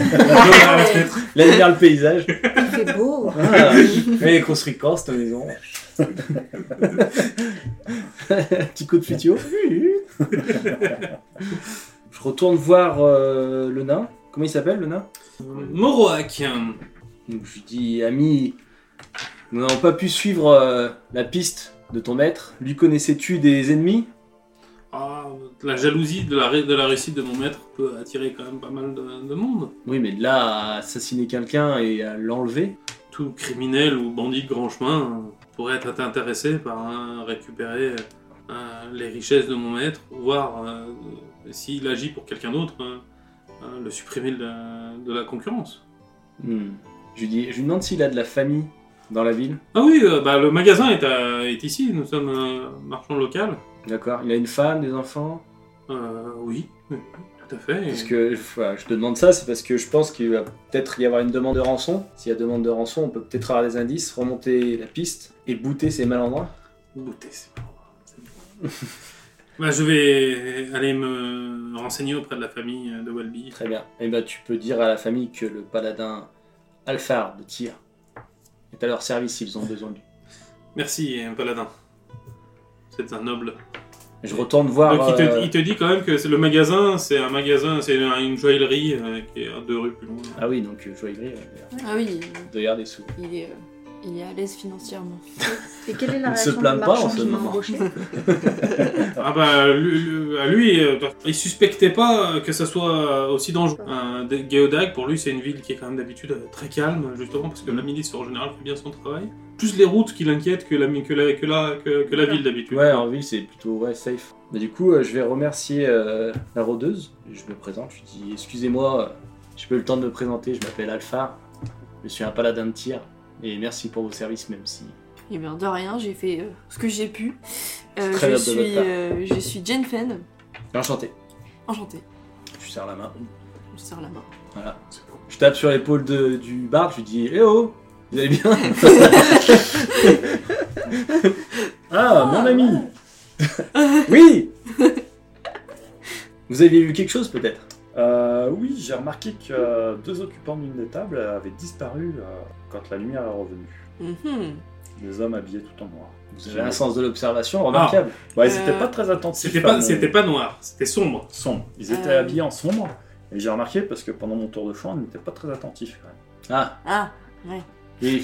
la fenêtre. Là, il regarde le paysage. Il fait beau. Ah, mais construit quand cette maison Petit coup de futio. Je retourne voir euh, le nain. Comment il s'appelle le nain Moroak. Donc, Je lui dis Ami, nous n'avons pas pu suivre euh, la piste de ton maître. Lui connaissais-tu des ennemis Ah, la jalousie de la, ré- de la réussite de mon maître peut attirer quand même pas mal de, de monde. Oui, mais de là à assassiner quelqu'un et à l'enlever. Tout criminel ou bandit de grand chemin euh, pourrait être intéressé par hein, récupérer euh, euh, les richesses de mon maître, voire euh, s'il agit pour quelqu'un d'autre, euh, euh, le supprimer de la, de la concurrence. Hmm. Je lui dis, je lui demande s'il a de la famille dans la ville. Ah oui, euh, bah, le magasin est, à- est ici, nous sommes euh, un marchand local. D'accord. Il a une femme, des enfants. Euh, oui, oui, tout à fait. Parce que enfin, je te demande ça, c'est parce que je pense qu'il va peut-être y avoir une demande de rançon. S'il y a demande de rançon, on peut peut-être avoir des indices, remonter la piste et bouter ces malandrins. Beauté, c'est pas c'est bon. bah, je vais aller me renseigner auprès de la famille de Welby. Très bien. Et ben tu peux dire à la famille que le paladin Alphard de Tyr est à leur service s'ils ont besoin de lui. Merci, paladin. C'est un noble. Je retourne voir. Donc, il, te, euh, il te dit quand même que c'est le magasin, c'est un magasin, c'est un- une joaillerie euh, qui est à deux rues plus loin. Ah oui, donc euh, joaillerie, euh, Ah oui, de garder sous. il est, euh, il est à l'aise financièrement. Et quelle est la On se réaction du plaint pas en marchand ce qui m'a moment. embauché Ah bah, lui, lui- à lui, euh, il suspectait pas que ça soit aussi dangereux. Un dé- Geodag, pour lui, c'est une ville qui est quand même d'habitude euh, très calme, justement, parce que la milice, en général, fait bien son travail. Plus les routes qui l'inquiètent que la, mi- que la, que la, que, que la ville d'habitude. Ouais, en ville, c'est plutôt ouais, safe. Mais du coup, euh, je vais remercier euh, la rôdeuse. Je me présente, je dis Excusez-moi, euh, j'ai pas eu le temps de me présenter, je m'appelle Alphar. Je suis un paladin de tir. Et merci pour vos services, même si. Eh bien, de rien, j'ai fait euh, ce que j'ai pu. Euh, Très je, bien de votre suis, part. euh, je suis Jane Fenn, Enchanté. enchantée. Je lui serre la main. Je sors la main. Voilà. Je tape sur l'épaule de- du barde, je lui dis Eh oh Vous allez bien Ah, mon ami Oui Vous aviez vu quelque chose peut-être Euh, oui, j'ai remarqué que euh, deux occupants d'une des tables avaient disparu euh, quand la lumière est revenue. Mhm. Des hommes habillés tout en noir. Vous avez un sens de l'observation remarquable. Bah, ils étaient Euh, pas très attentifs. C'était à pas, mon- c'était pas noir, c'était sombre. Sombre. Ils étaient Euh. habillés en sombre. Et j'ai remarqué parce que pendant mon tour de champ, ils n'étaient pas très attentifs. quand même. Ah, Ah, oui,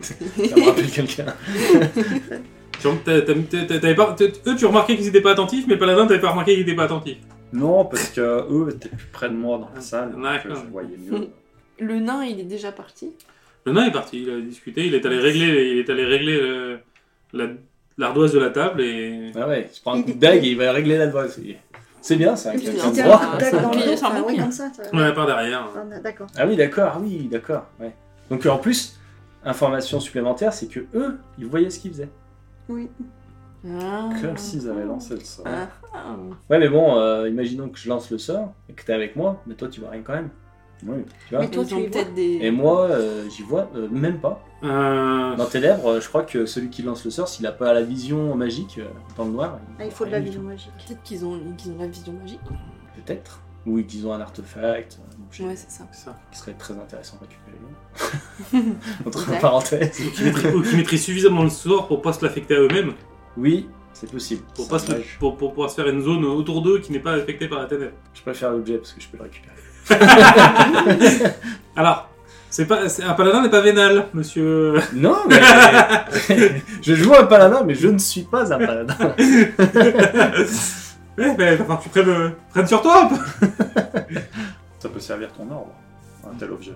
ça me rappelle quelqu'un. Tu vois, t'as- t'as- t'as- t'as- t'avais pas- t'as- eux, tu remarquais qu'ils étaient pas attentifs, mais Paladin, t'avais pas remarqué qu'ils étaient pas attentifs. Non, parce que eux étaient plus près de moi dans la salle, donc D'accord. je voyais mieux. le nain, il est déjà parti. Le nain est parti, il a discuté, il est allé régler, il est allé régler euh, la- l'ardoise de la table et. Ah ouais, il se prend un coup de dague et il va régler la doigt. C'est- C'est bien ça. Tu quelqu'un c'est t'es de un droit. coup de dague dans le Ça dos, me enfin, manque. oui, comme ça. t'as- Ouais, par derrière. Ah, D'accord. Ah oui, d'accord, oui, d'accord. ouais. Donc euh, en plus, information supplémentaire, c'est que eux, ils voyaient ce qu'ils faisaient. Oui. Ah. Comme s'ils avaient lancé le sort. Ah, ah. Ouais, mais bon, euh, imaginons que je lance le sort et que t'es avec moi, mais toi tu vois rien quand même. Oui. Tu vois Mais toi, Ils tu ont les peut-être des. Et moi, euh, j'y vois euh, même pas. Euh, Dans tes lèvres, euh, je crois que celui qui lance le sort, s'il a pas la vision magique euh, dans le noir, Ah, il faut de la vision magique. Peut-être qu'ils ont, qu'ils ont la vision magique. Peut-être. Ou qu'ils ont un artefact, un objet Ouais, c'est ça. ça. qui serait très intéressant à récupérer. Entre Exact. parenthèses. Ou qui maîtrisent, ou qui maîtrisent suffisamment le sort pour pas se l'affecter à eux-mêmes, Oui, c'est possible. pour C'est pas se, dommage. pour, pour pouvoir se faire une zone autour d'eux qui n'est pas affectée par la ténèbre. Je préfère l'objet parce que je peux le récupérer. Alors, c'est pas, c'est- un paladin n'est pas vénal, monsieur. Non, mais je joue un paladin, mais je ne suis pas un paladin. Ouais, ben, va falloir que tu prennes, euh, prennes sur toi un peu. Ça peut servir ton ordre, un tel objet.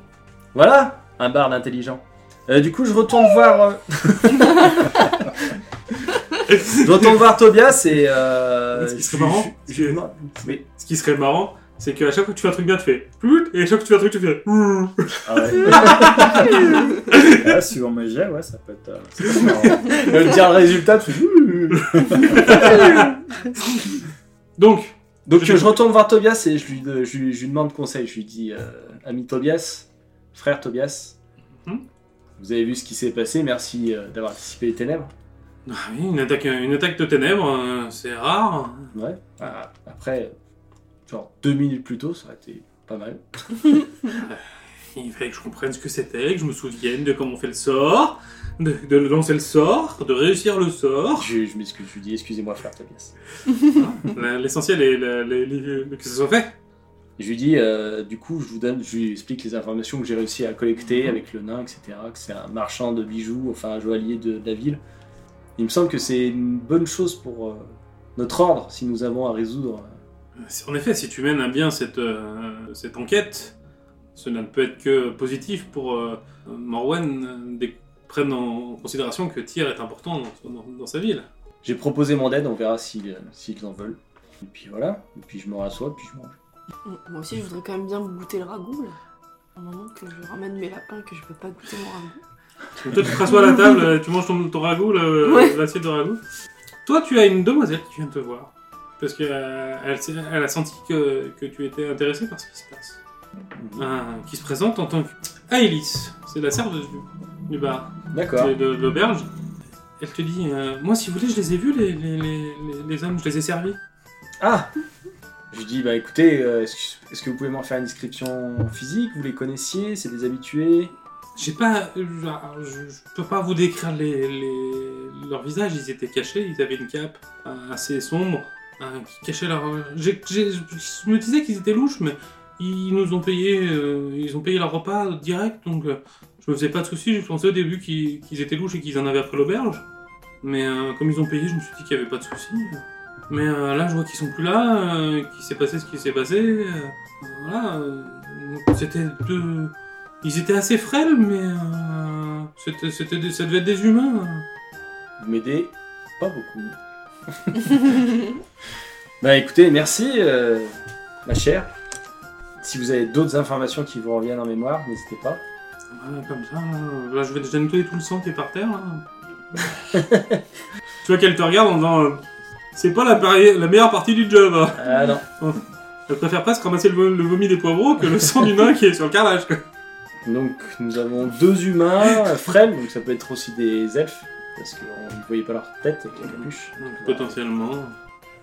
Voilà, un barde intelligent. Euh, du coup, je retourne voir. euh, je retourne voir Tobias et. Euh, Ce qui serait je- marrant, je- je- non, mais- Ce qui serait marrant, c'est qu'à chaque fois que tu fais un truc bien, tu fais. plout, Et à chaque fois que tu fais un truc, tu fais. ouh. Ah ouais. ah, suivant mes jets, ouais, ça peut être. euh, ça peut être marrant. euh, dire le résultat, tu fais- Donc, Donc, euh, je retourne voir Tobias et je lui, euh, je, lui- je lui demande conseil. Je lui dis euh, Ami Tobias, frère Tobias, Mhm. vous avez vu ce qui s'est passé, merci euh, d'avoir anticipé les ténèbres. Ah oui, une attaque, une attaque de ténèbres, euh, c'est rare. Ouais. Ah, Après, genre deux minutes plus tôt, ça aurait été pas mal. Il fallait que je comprenne ce que c'était, que je me souvienne de comment on fait le sort, de, de lancer le sort, de réussir le sort. Je, je m'excuse, je lui dis Excusez-moi, frère Tobias. La- L'essentiel est la- la- la- que ce soit fait. Et Je lui dis, euh, du coup, je vous donne, je lui explique les informations que j'ai réussi à collecter avec le nain, etc. Que c'est un marchand de bijoux, enfin un joaillier de, de la ville. Il me semble que c'est une bonne chose pour euh, notre ordre si nous avons à résoudre. Euh, En effet, si tu mènes à bien cette, euh, cette enquête, cela ne peut être que positif pour euh, Morwen euh, dès que prenne en considération que Tyr est important dans, dans- dans sa ville. J'ai proposé mon aide, on verra s'ils euh, s'ils en veulent. Et puis voilà, et puis je me rassois, puis je mange. Mm. Moi aussi, je voudrais quand même bien goûter le ragoût, là. Un moment que je ramène mes lapins, que je peux pas goûter mon ragoût. Donc toi, tu te rassois à la table, euh, tu manges ton, ton ragoût, le- Ouais. l'assiette de ragoût. Toi, tu as une demoiselle qui vient te voir. Parce qu'elle elle a senti que, que tu étais intéressé par ce qui se passe. Un- qui se présente en tant que. Aélis, c'est la serve du, du bar, D'accord. de, de l'auberge. Elle te dit euh, Moi, si vous voulez, je les ai vus, les, les, les- les- les hommes, je les ai servis. Ah Je lui dis, bah écoutez, euh, est-ce que- est-ce que vous pouvez m'en faire une description physique Vous les connaissiez C'est des habitués J'ai pas. euh, Je, je peux pas vous décrire les, les- leur visage, ils étaient cachés, ils avaient une cape euh, assez sombre euh, qui cachait leur. j'ai- j'ai- je me disais qu'ils étaient louches, mais ils nous ont payé, euh, ils ont payé leur repas direct, donc euh, je me faisais pas de soucis, je pensais au début qu'ils qu'ils étaient louches et qu'ils en avaient après l'auberge. Mais euh, comme ils ont payé, je me suis dit qu'il y avait pas de soucis. Mais euh, là, je vois qu'ils sont plus là, euh, qu'il s'est passé ce qui s'est passé. euh, voilà, euh, donc c'était deux. Ils étaient assez frêles, mais euh, c'était, c'était des- ça devait être des humains. Vous m'aidez pas beaucoup. Bah écoutez, merci euh, ma chère. Si vous avez d'autres informations qui vous reviennent en mémoire, n'hésitez pas. Voilà, comme ça, hein. là, Là, je vais déjà nettoyer tout le sang qui est par terre. là. tu vois qu'elle te regarde en disant euh, C'est pas la, pari- la meilleure partie du job. hein. Ah non. Elle préfère presque ramasser le, vo- le vomi des poivrons que le sang du nain qui est sur le carrelage. quoi. Donc nous avons deux humains euh, frêles, donc ça peut être aussi des elfes, parce qu'on ne voyait pas leur tête avec la capuche. Donc, potentiellement.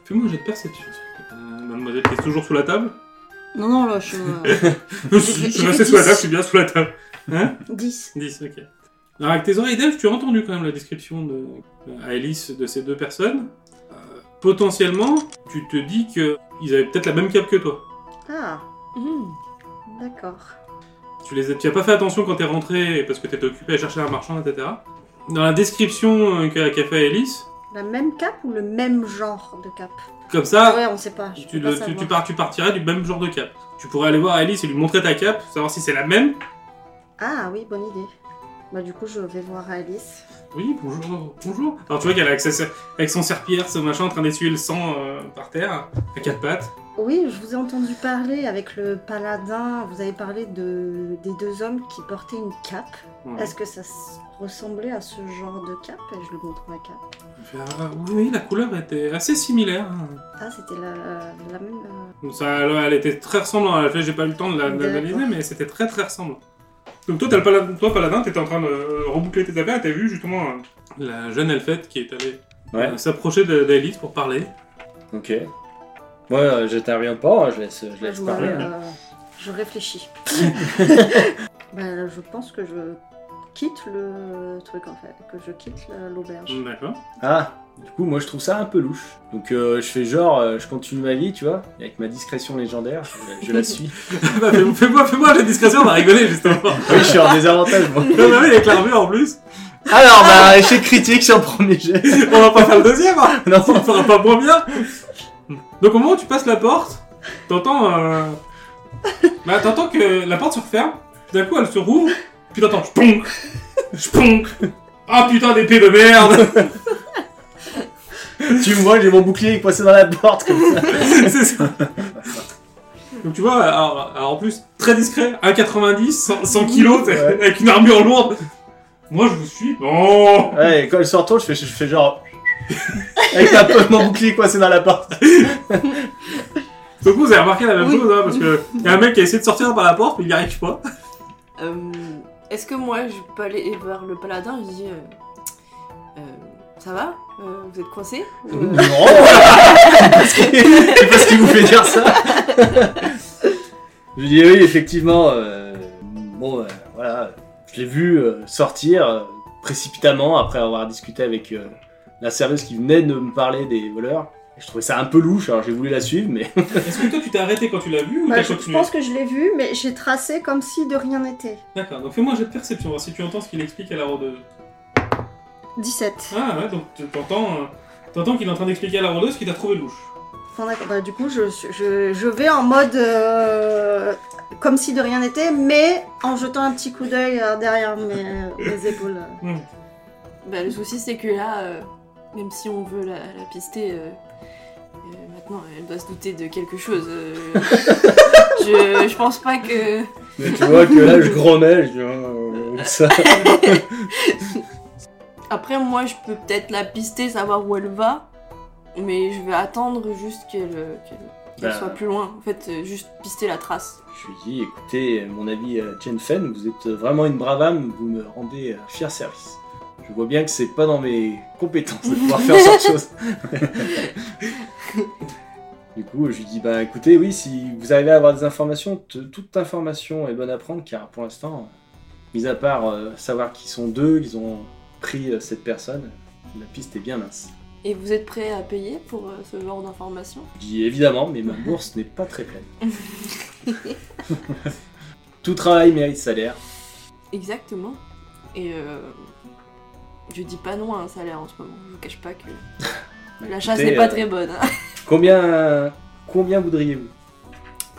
Fais-moi un jet de perception. s'il te plaît. Euh, mademoiselle qui est toujours sous la table Non, non, là, je suis. euh, Je suis j'ai resté sous la dix. table, je suis bien sous la table. 10. 10, ok. Alors, avec tes oreilles d'elfe, tu as entendu quand même la description de, à Alice de ces deux personnes. Euh, potentiellement, tu te dis que ils avaient peut-être la même cape que toi. Ah, Hmm. d'accord. Tu les as, tu as pas fait attention quand t'es rentré parce que t'étais occupé à chercher un marchand, etc. Dans la description euh, qu'a qu'a fait Alice, La même cape ou le même genre de cape comme ça, Ouais, on sait pas. je Ah. tu, peux pas le- tu- savoir. tu pars, tu partirais du même genre de cape. Tu pourrais aller voir Alice et lui montrer ta cape, savoir si c'est la même. Ah oui, bonne idée. Bah du coup, je vais voir Alice. Oui, bonjour, bonjour. Alors tu vois qu'elle a accès- avec son serpillère, ce machin, en train d'essuyer le sang euh, par terre, à quatre pattes. Oui, je vous ai entendu parler avec le paladin. Vous avez parlé de, des deux hommes qui portaient une cape. Ouais. Est-ce que ça s- ressemblait à ce genre de cape Et je lui montre ma cape. Elle fait, Ah, oui, oui, la couleur était assez similaire. hein. Ah, c'était la, la même. euh, Donc ça, elle, elle était très ressemblante. Elle fait, j'ai pas eu le temps de la- de l'analyser, D'accord. mais c'était très très ressemblant. Donc toi, t'as le paladin, toi, paladin, t'étais en train de euh, reboucler tes affaires, et t'as vu justement euh, la jeune elfette qui est allée Ouais. euh, s'approcher de- d'Alice pour parler. Ok. Moi, euh, j'interviens pas, hein, je laisse, je euh, laisse je, parler. vois, hein. euh, je réfléchis. bah, je pense que je quitte le truc en fait, que je quitte la- l'auberge. D'accord. Ah, du coup, moi, je trouve ça un peu louche. Donc, euh, je fais genre, euh, je continue ma vie, tu vois, et avec ma discrétion légendaire, je, je la suis. Bah, fais- Fais-moi, fais-moi la discrétion, on va rigoler justement. oui, je suis en désavantage, moi. Non, non, mais avec l'armure en plus, Alors, bah, échec critique sur le premier jet. on va pas faire le deuxième, hein. Non. on fera pas moins bien. Donc au moment où tu passes la porte, t'entends. euh, Bah, t'entends que la porte se referme, tout d'un coup elle se rouvre, puis t'entends j'ponk, j'ponk. Ah putain d'épée de merde Tu vois, j'ai mon bouclier qui passait dans la porte, comme ça. C'est ça Donc tu vois, alors, alors, en plus, très discret, 1,90, 100, 100 kilos, t'es- Ouais. avec une armure lourde. Moi je vous suis, non Ouais, et quand elle se retourne, je fais, je fais genre. Avec ma, mon bouclier coincé dans la porte. Donc vous avez remarqué la même Oui. chose, hein, parce que y a un mec qui a essayé de sortir par la porte, mais il n'y arrive pas. Euh, Est-ce que moi je peux aller vers le paladin et je dis euh, euh, ça va Euh, Vous êtes coincé Non C'est pas ce qui vous fait dire ça Je dis oui, effectivement. euh, bon, euh, voilà. Je l'ai vu euh, sortir euh, précipitamment après avoir discuté avec euh, la serveuse qui venait de me parler des voleurs. Et Je trouvais ça un peu louche, alors j'ai voulu la suivre, mais. Est-ce que toi tu t'es arrêté quand tu l'as vu ou Bah, t'as je, je continué pense que je l'ai vu, mais j'ai tracé comme si de rien n'était. D'accord, donc fais-moi un jet de perception, voir si tu entends ce qu'il explique à la rôdeuse. 17. Ah ouais, donc tu- t'entends, euh, t'entends qu'il est en train d'expliquer à la rôdeuse qu'il t'a trouvé louche. Enfin, d'accord. Bah, du coup, je, je- je vais en mode euh, comme si de rien n'était, mais en jetant un petit coup d'œil euh, derrière mes, mes épaules. euh. Bah, le souci c'est que là, euh, même si on veut la, la pister, euh, euh, maintenant elle doit se douter de quelque chose. euh. je, je pense pas que. Mais tu vois que là, je grommais, je dis. Oh, ça. Après, moi, je peux peut-être la pister, savoir où elle va, mais je vais attendre juste qu'elle euh, qu'elle- qu'elle Bah. soit plus loin. En fait, euh, juste pister la trace. Je lui dis, écoutez, euh, mon ami euh, Jen Fen, vous êtes euh, vraiment une brave âme, vous me rendez un fier service. Je vois bien que c'est pas dans mes compétences de pouvoir faire cette chose. du coup, je lui dis, bah écoutez, oui, si vous arrivez à avoir des informations, t- toute information est bonne à prendre, car pour l'instant, mis à part euh, savoir qui sont deux, ils ont pris euh, cette personne, la piste est bien mince. Et vous êtes prêt à payer pour euh, ce genre d'informations Je dis évidemment, mais ma bourse n'est pas très pleine. Tout travail mérite salaire. Exactement. Et euh, je dis pas non à un salaire en ce moment. Je vous cache pas que Bah, la chasse écoutez, n'est pas euh, très bonne. hein. Combien, combien voudriez-vous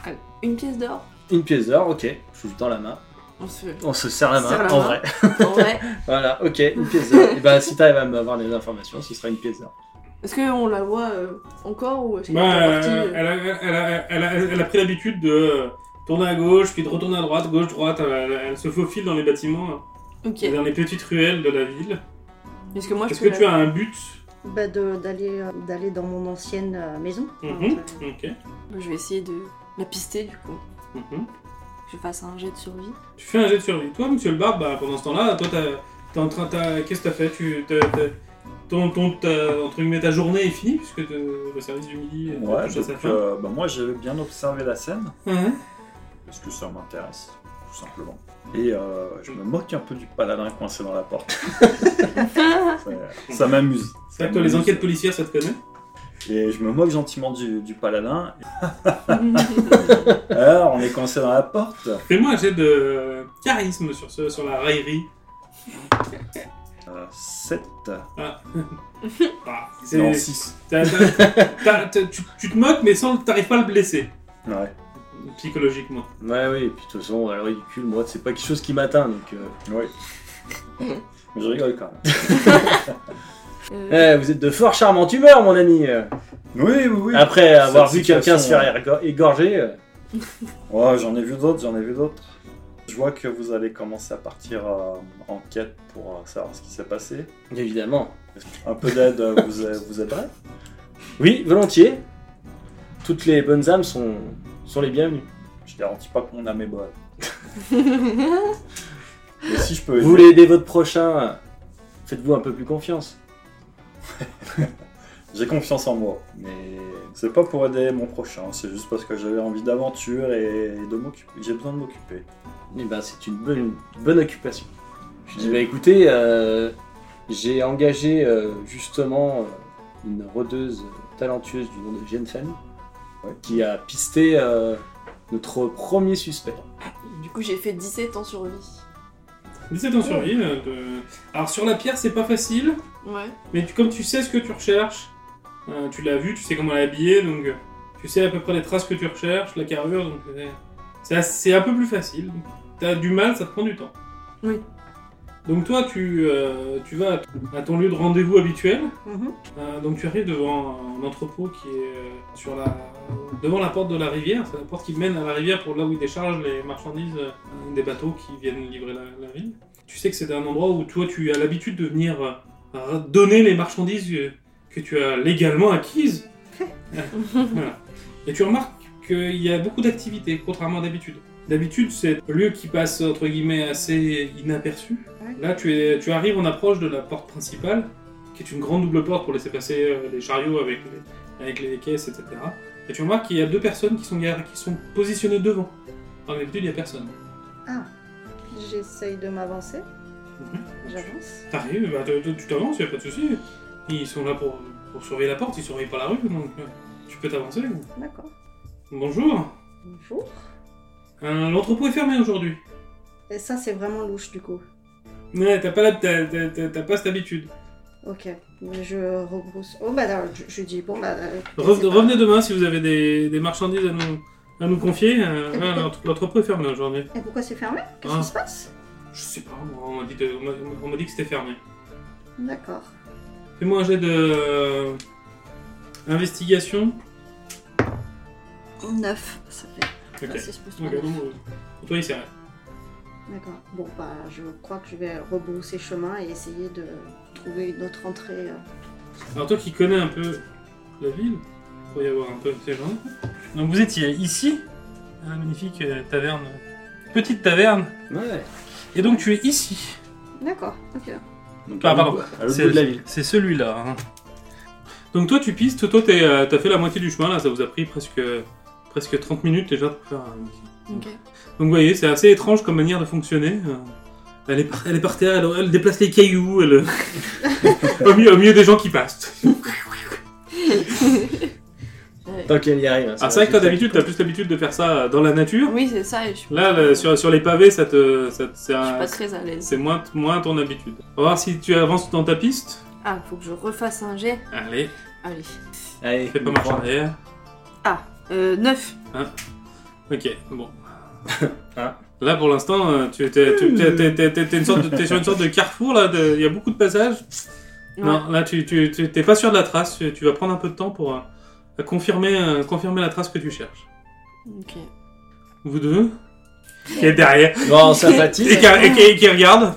Ah, Une pièce d'or Une pièce d'or, ok. Je vous tends la main. On se. On se serre la main, Serre la en main. vrai. En vrai. Voilà, ok, une pièce d'or. Et ben, si t'arrives à m'avoir des informations, ce sera une pièce d'or. Est-ce qu'on la voit euh, encore ou est-ce qu'elle Bah, est euh, partie euh, elle, a, elle a- elle a- elle a pris l'habitude de euh, tourner à gauche, puis de retourner à droite, gauche, droite. Elle, elle- elle se faufile dans les bâtiments, euh, Ok. Ah, et dans les petites ruelles de la ville. Est-ce que moi je Est-ce peux que la- tu as un but Bah, de- d'aller euh, d'aller dans mon ancienne euh, maison. Ah, Mhm. Enfin, Ok. Bah, Je vais essayer de la pister du coup. Mhm. Que Je fasse un jet de survie. Tu fais un jet de survie. Toi, monsieur le barbe, bah, pendant ce temps-là, toi, t'as- t'es en train, t'as- qu'est-ce que t'as fait Tu, t'as- t'as- ton, ton, ta, entre guillemets, ta journée est finie puisque te- le service du midi euh, Ouais, touche à sa donc, fin. Hein euh, bah, moi j'ai bien observé la scène, Ouais. parce que ça m'intéresse, tout tout simplement. Et euh, je me moque un peu du paladin coincé dans la porte. Ça- Ça m'amuse. C'est vrai que les m'amuse. enquêtes policières, ça te connaît Et je me moque gentiment du, du paladin. Euh, Alors, on est coincé dans la porte. Fais-moi un jet de charisme sur, ce, sur la raillerie. Euh, 7. Ah, c'est- Non, 6. t'as- t'as- t'as- t'as- tu, tu te moques, mais sans t'arrives pas à le blesser, Ouais. psychologiquement. Ouais, oui, et puis de toute façon, le ridicule, moi, c'est pas quelque chose qui m'atteint, donc... euh, Oui. Mais je rigole quand même. Euh, Eh, vous êtes de fort charmante humeur, mon ami euh. Oui, oui, oui. Après avoir Cette vu quelqu'un se situation, faire égor- égorger... euh, Ouais, j'en ai vu d'autres, j'en ai vu d'autres. Je vois que vous allez commencer à partir euh, en quête pour euh, savoir ce qui s'est passé. Évidemment. Un peu d'aide euh, vous, a- vous aiderait Oui, volontiers. Toutes les bonnes âmes sont, sont les bienvenues. Je garantis pas qu'on a mes bonnes. Mais si je peux aider, Vous voulez aider votre prochain euh, Faites-vous un peu plus confiance. j'ai confiance en moi. Mais c'est pas pour aider mon prochain, c'est juste parce que j'avais envie d'aventure et de m'occuper. J'ai besoin de m'occuper. Eh ben, c'est une bonne, une bonne occupation. Je dis, bah écoutez, euh, j'ai engagé euh, justement euh, une rodeuse talentueuse du nom de Jeanne Fan Ouais. qui a pisté euh, notre premier suspect. du coup, j'ai fait 17 ans sur vie. 17 ans sur vie. euh, de- Alors sur la pierre, c'est pas facile, Ouais. mais tu- comme tu sais ce que tu recherches, euh, tu l'as vu, tu sais comment elle est habillée, donc euh, tu sais à peu près les traces que tu recherches, la carrure, donc euh, c'est assez- c'est un peu plus facile. Donc, T'as du mal, ça te prend du temps. Oui. Donc toi, tu, euh, tu vas à ton- à ton lieu de rendez-vous habituel, Mhm. euh, donc tu arrives devant un entrepôt qui est euh, sur la devant la porte de la rivière, c'est la porte qui mène à la rivière pour là où ils déchargent les marchandises euh, des bateaux qui viennent livrer la, la ville. Tu sais que c'est un endroit où toi tu as l'habitude de venir euh, ra- donner les marchandises euh, que tu as légalement acquises. Voilà. Et tu remarques qu'il y a beaucoup d'activités, contrairement à d'habitude. D'habitude, c'est un lieu qui passe entre guillemets assez inaperçu. Là, tu, es, tu arrives en approche de la porte principale qui est une grande double porte pour laisser passer euh, les chariots avec les, avec les caisses, etc. Et tu remarques qu'il y a deux personnes qui sont, gar- qui sont positionnées devant. En d'habitude, il n'y a personne. Ah, J'essaye de m'avancer. J'avance. T'arrives, bah, te- te- tu t'avances, il n'y a pas de souci. Ils sont là pour, pour surveiller la porte, ils surveillent pas la rue, donc euh, tu peux t'avancer. D'accord. Bonjour. Bonjour. Euh, L'entrepôt est fermé aujourd'hui. Et ça, c'est vraiment louche du coup. Ouais, t'as pas, la- t'as- t'as- t'as- t'as pas cette habitude. Ok. Mais je rebrousse. Oh bah, non, je, je dis bon bah. euh, Re- c'est pas- revenez demain si vous avez des, des marchandises à nous, à nous confier. Euh, ouais, l'entre- L'entrepôt est fermé aujourd'hui. Et pourquoi c'est fermé Qu'est-ce Ah. qui se passe Je sais pas, moi, on m'a dit, de- on m'a- on m'a dit que c'était fermé. D'accord. Fais-moi un jet de. euh, investigation. 9, ça fait. Ok. ça, c'est ce poste-là. Ok, donc, euh, pour Ah, toi, il sait rien. D'accord. Bon bah, je crois que je vais rebrousser chemin et essayer de trouver une autre entrée. euh. Alors, toi qui connais un peu la ville, pour y avoir un peu ces gens. Donc, vous étiez ici, à la magnifique euh, taverne. Petite taverne. Ouais. Et donc, tu es ici. D'accord. Ok. Donc, Ah, à pardon. l'autre- à l'autre bout de la ville. C'est celui-là. hein. Donc, toi, tu pistes. Toi, t'es, euh, t'as fait la moitié du chemin. Là, ça vous a pris presque, presque 30 minutes déjà pour faire un Ok. Donc vous voyez, c'est assez étrange comme manière de fonctionner. Euh, Elle est par, elle est par terre, elle, elle déplace les cailloux, elle... au, milieu, au milieu des gens qui passent. Euh, Tant qu'elle y arrive. hein, Ah, ça c'est vrai va que toi vite. d'habitude, t'as plus l'habitude de faire ça euh, dans la nature. Oui, c'est ça. Et je suis Là, pas- le- sur, sur les pavés, ça te, ça te- c'est Je un- suis pas très à l'aise. c'est moins, moins ton habitude. On va voir si tu avances dans ta piste. Ah, faut que je refasse un jet. Allez, Allez. Allez, fais pas marche arrière. Euh, 9. Ok, bon. Hein Là pour l'instant, euh, tu t'es- tu- t'es- t'es- t'es- t'es- t'es une sorte de- t'es sur une sorte de carrefour, là, de- il y a beaucoup de passages. Ouais. Non, là tu tu- tu- t'es pas sûr de la trace, tu, tu vas prendre un peu de temps pour euh, confirmer, euh, confirmer la trace que tu cherches. Ok. Vous deux Qui est derrière Non, sympathise. Et qui, et qui- et qui regarde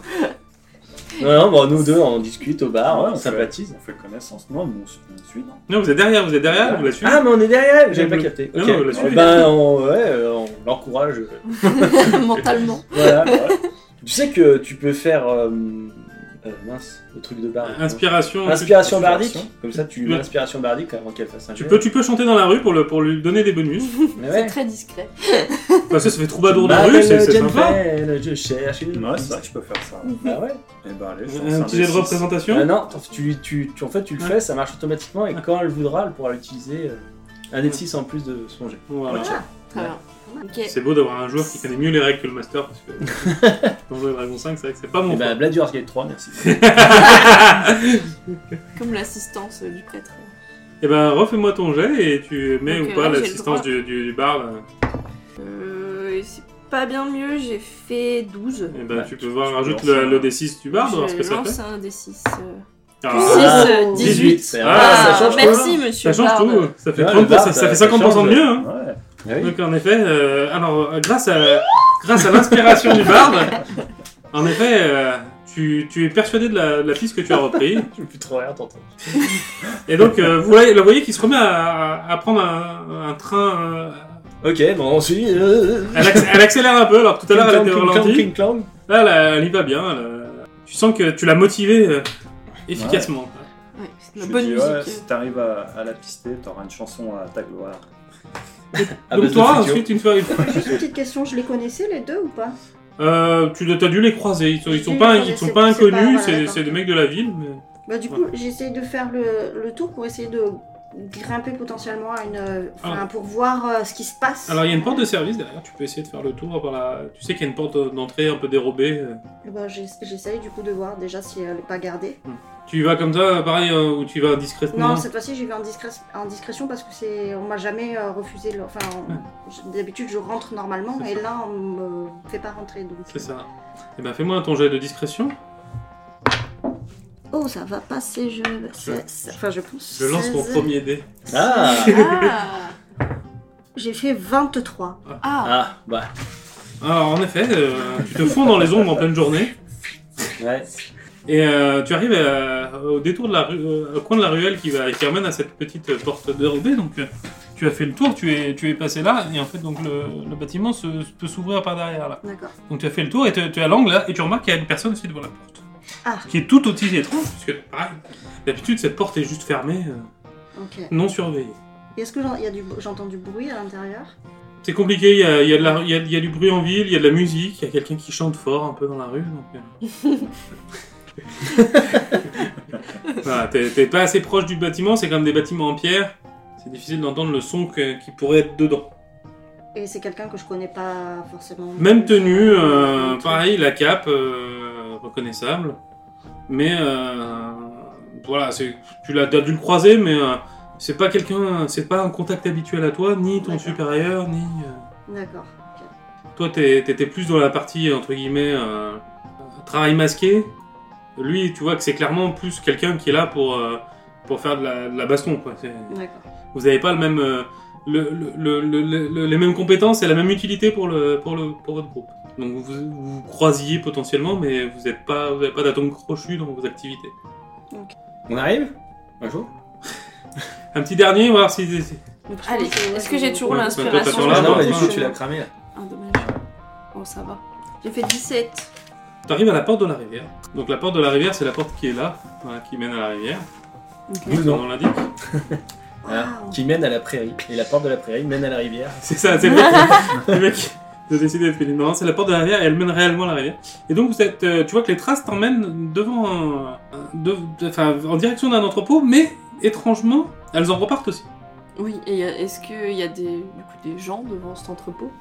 non, non, bon, nous deux, on discute au Ah, bar, Ah Ouais, on on sympathise. On fait connaissance. Non, mais on se on se suit, non Non, vous êtes derrière, vous êtes derrière, vous la suivez Ah, mais on est derrière elle, J'avais Non, pas non, capté. non, Ok. non, là-dessus, Eh il ben, on, ouais, euh, on l'encourage. Mentalement. Voilà. Ouais. Tu sais que tu peux faire euh, Euh, mince, le truc de bardique. non Inspiration. tu- Inspiration bardique Inspiration. Comme ça, tu Ouais. inspiration bardique avant qu'elle fasse un Tu jet. peux, tu peux chanter dans la rue pour, le, pour lui donner des bonus. Mais C'est ouais. très discret. Parce que ça fait troubadour dans la rue, Madame c'est c'est Bah, euh, Jane sympa. Bell, je cherche une. Ouais, c'est vrai que je peux faire ça. Ah ouais Et bah allez, je lance Un petit jet de D6. Ah représentation. non, t'en- tu, tu, tu- en fait, tu le Ouais. fais, ça marche automatiquement et quand elle voudra, elle pourra l'utiliser euh, un des 6 en plus de son jet. Voilà. Très bien. Ok. C'est beau d'avoir un joueur qui connaît mieux les règles que le master. Parce que dans le Dragon 5, c'est vrai que c'est pas Et mon bah, fort. Bladur's Gate 3, merci. Comme l'assistance euh, du prêtre. Et ben refais-moi ton jet et tu mets Ok, ou pas ouais, j'ai le l'assistance droit. du, du, du bar. là. Euh, et c'est pas bien mieux, j'ai fait 12. Et ben Ouais, tu peux voir, tu rajoute peux le, lancer le un- D6 du bar, voir ce que je ça fait. lance un des 6. Ah, Ah, 6, euh, 18. 18, c'est Ah, vrai, ça change merci, ça monsieur. change Barbe. tout, hein. ça fait, Ouais, 30%, le bar, ça, ça ça- fait ça 50% de change. mieux. hein. Ouais. Ah oui. Donc en effet, euh, alors euh, grâce à, grâce à l'inspiration du barde, en effet, euh, tu, tu es persuadé de la, de la piste que tu as reprise. Je veux plus trop rien t'entendre. Et donc euh, vous voyez, la voyez qui se remet à, à prendre un, un train. euh, Ok, bon, on suit. euh, elle, acc- elle accélère un peu, alors Ah, tout à l'heure elle était au Clang, clang, ralenti. clang, clang. Là, elle, elle y va bien. elle, euh, tu sens que tu l'as motivée euh, efficacement. Ouais, c'est de Je la lui bonne dis, musique. ouais, si t'arrives à, à la pister, t'auras une chanson à ta gloire. Ah, bah, Donc c'est toi, Tokyo. ensuite, une fois... Juste une petite question, je les connaissais les deux ou pas Euh, tu as dû les croiser. Ils sont, ils sont Oui, pas, mais ils sont c'est- pas c'est pas- inconnus. voilà, C'est d'accord. c'est des mecs de la ville. mais- Bah du coup, j'essaye de faire le, le tour pour essayer de grimper potentiellement à une, euh, enfin, pour voir euh, ce qui se passe. Ah. Alors, il y a une porte de service derrière. Tu peux essayer de faire le tour par la. Tu sais qu'il y a une porte d'entrée un peu dérobée. euh. Bah, j'ess- j'essaye du coup de voir déjà si elle n'est pas gardée. Tu y vas comme ça, pareil, euh, ou tu y vas discrètement. Non, cette fois-ci j'y vais en, discré- en discrétion parce que c'est, on m'a jamais euh, refusé. le- Enfin, on- j- d'habitude je rentre normalement C'est et là on me fait pas rentrer donc. C'est ça. Et ben, fais-moi ton jet de discrétion. Oh, ça va passer, je. c'est- Enfin, je pense. Je lance mon 16. premier dé. Ah, Ah, J'ai fait 23. ah. ah, bah, Alors, en effet, euh, tu te fonds dans les ombres en pleine journée. ouais. Et euh, tu arrives à- au détour de la rue, euh, au coin de la ruelle qui, va, qui ramène à cette petite euh, porte dérobée. Donc euh, tu as fait le tour, tu es, tu es passé là, et en fait donc le, le bâtiment se, peut s'ouvrir par derrière là. D'accord. Donc tu as fait le tour et tu tu es à l'angle là, et tu remarques qu'il y a une personne aussi devant la porte. Ah. Ce Qui est tout aussi étrange, parce que pareil, d'habitude cette porte est juste fermée, euh, Ok. non surveillée. Et Est-ce que j'en- il y a du- j'entends du bruit à l'intérieur C'est compliqué, il y a, il y a de la- il y a- il y a du bruit en ville, il y a de la musique, il y a quelqu'un qui chante fort un peu dans la rue. Donc, euh. voilà, t'es t'es pas assez proche du bâtiment, c'est quand même des bâtiments en pierre. C'est difficile d'entendre le son que- qui pourrait être dedans. Et c'est quelqu'un que je connais pas forcément. Même tenue, euh, Ok. pareil, la cape euh, reconnaissable. Mais euh, voilà, c'est- tu l'as t'as dû le croiser, mais euh, c'est pas quelqu'un, c'est pas un contact habituel à toi, ni ton D'accord. supérieur, ni. euh, D'accord. ok. Toi, t'es- t'étais plus dans la partie, entre guillemets, euh, travail masqué. Lui, tu vois que c'est clairement plus quelqu'un qui est là pour, euh, pour faire de la, de la baston. Quoi. C'est- D'accord. Vous n'avez pas le même, euh, le- le- le- le- le- les mêmes compétences et la même utilité pour, le, pour, le, pour votre groupe. Donc vous vous, vous croisiez potentiellement, mais vous n'avez pas, vous avez pas d'atome crochu dans vos activités. On arrive Un jour Un petit dernier, voir si... si- Donc, je Allez, pense ouais, est-ce que j'ai toujours Ouais, toi, l'inspiration t'attends là, Ah non, non, bah, du non, coup, non. tu l'as cramé là. Ah, dommage. Bon, ça va. J'ai fait 17. T'arrives à la porte de la rivière. Donc la porte de la rivière, c'est la porte qui est là, voilà, qui mène à la rivière. Vous, Comme non. on l'indique. Voilà, Waouh. qui mène à la prairie. Et la porte de la prairie mène à la rivière. C'est ça, c'est le mec, le mec de décider d'être féline. Non, c'est la porte de la rivière et elle mène réellement à la rivière. Et donc, vous êtes, euh, tu vois que les traces t'emmènent devant un, un- de- de- enfin, en direction d'un entrepôt, mais étrangement, elles en repartent aussi. Oui, et euh, est-ce qu'il y a des, du coup, des gens devant cet entrepôt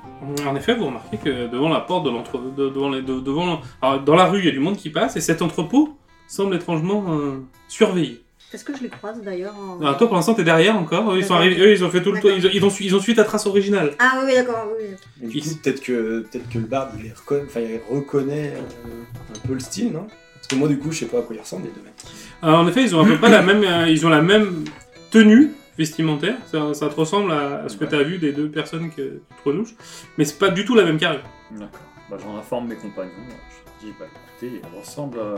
En effet, vous remarquez que devant la porte de l'entrepôt, devant, les- de- devant, alors, dans la rue, il y a du monde qui passe et cet entrepôt semble étrangement euh, surveillé. Est-ce que je les croise d'ailleurs en... Ah, Alors, toi, pour l'instant, t'es derrière encore. Eux, ils sont arrivés, eux, ils ont fait tout le tour. Ils, ont- ils ont su- ils ont suivi ta trace originale. Ah oui, oui, d'accord. Oui. oui. Mais du coup, peut-être que, peut que le barbe il les reconnaît, enfin, il reconnaît euh, un peu le style, non Parce que moi, du coup, je sais pas à quoi ils ressemblent, les deux mecs. Alors, Euh, en effet, ils ont à peu près la même, euh, ils ont la même tenue vestimentaire. Ça, ça te ressemble à, à ce que Ouais. tu as vu des deux personnes que tu te renouches. Mais c'est pas du tout la même carrure. D'accord. Bah, j'en informe mes compagnons. Je leur dis, bah écoutez, il ressemble euh,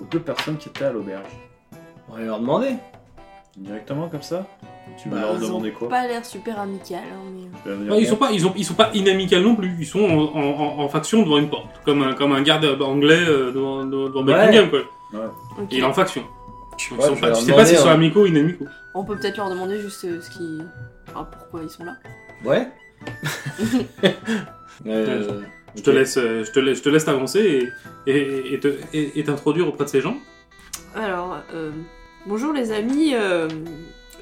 aux deux personnes qui étaient à l'auberge. On va leur demander. Directement comme ça Tu veux Bah, leur Ils ont demander quoi pas l'air super amical, hein, mais... Tu vas venir Ouais, ils voir sont pas, ils ont, ils sont pas inamicales non plus. Ils sont en, en- en- en faction devant une porte, comme un, comme un garde anglais euh, devant, devant- devant Ouais. Buckingham, quoi. euh, Ok. Et il est en faction. Donc, vois, ils sont je pas, vais tu leur sais pas demander, s'ils sont hein. amicaux ou inamicaux. On peut peut-être leur demander juste euh, ce qui... Enfin, pourquoi ils sont là. Ouais. Euh, Je te ok. laisse, euh, je te laisse, je te laisse t'avancer et, et, et te- et- et t'introduire auprès de ces gens. Alors, euh, bonjour les amis, euh,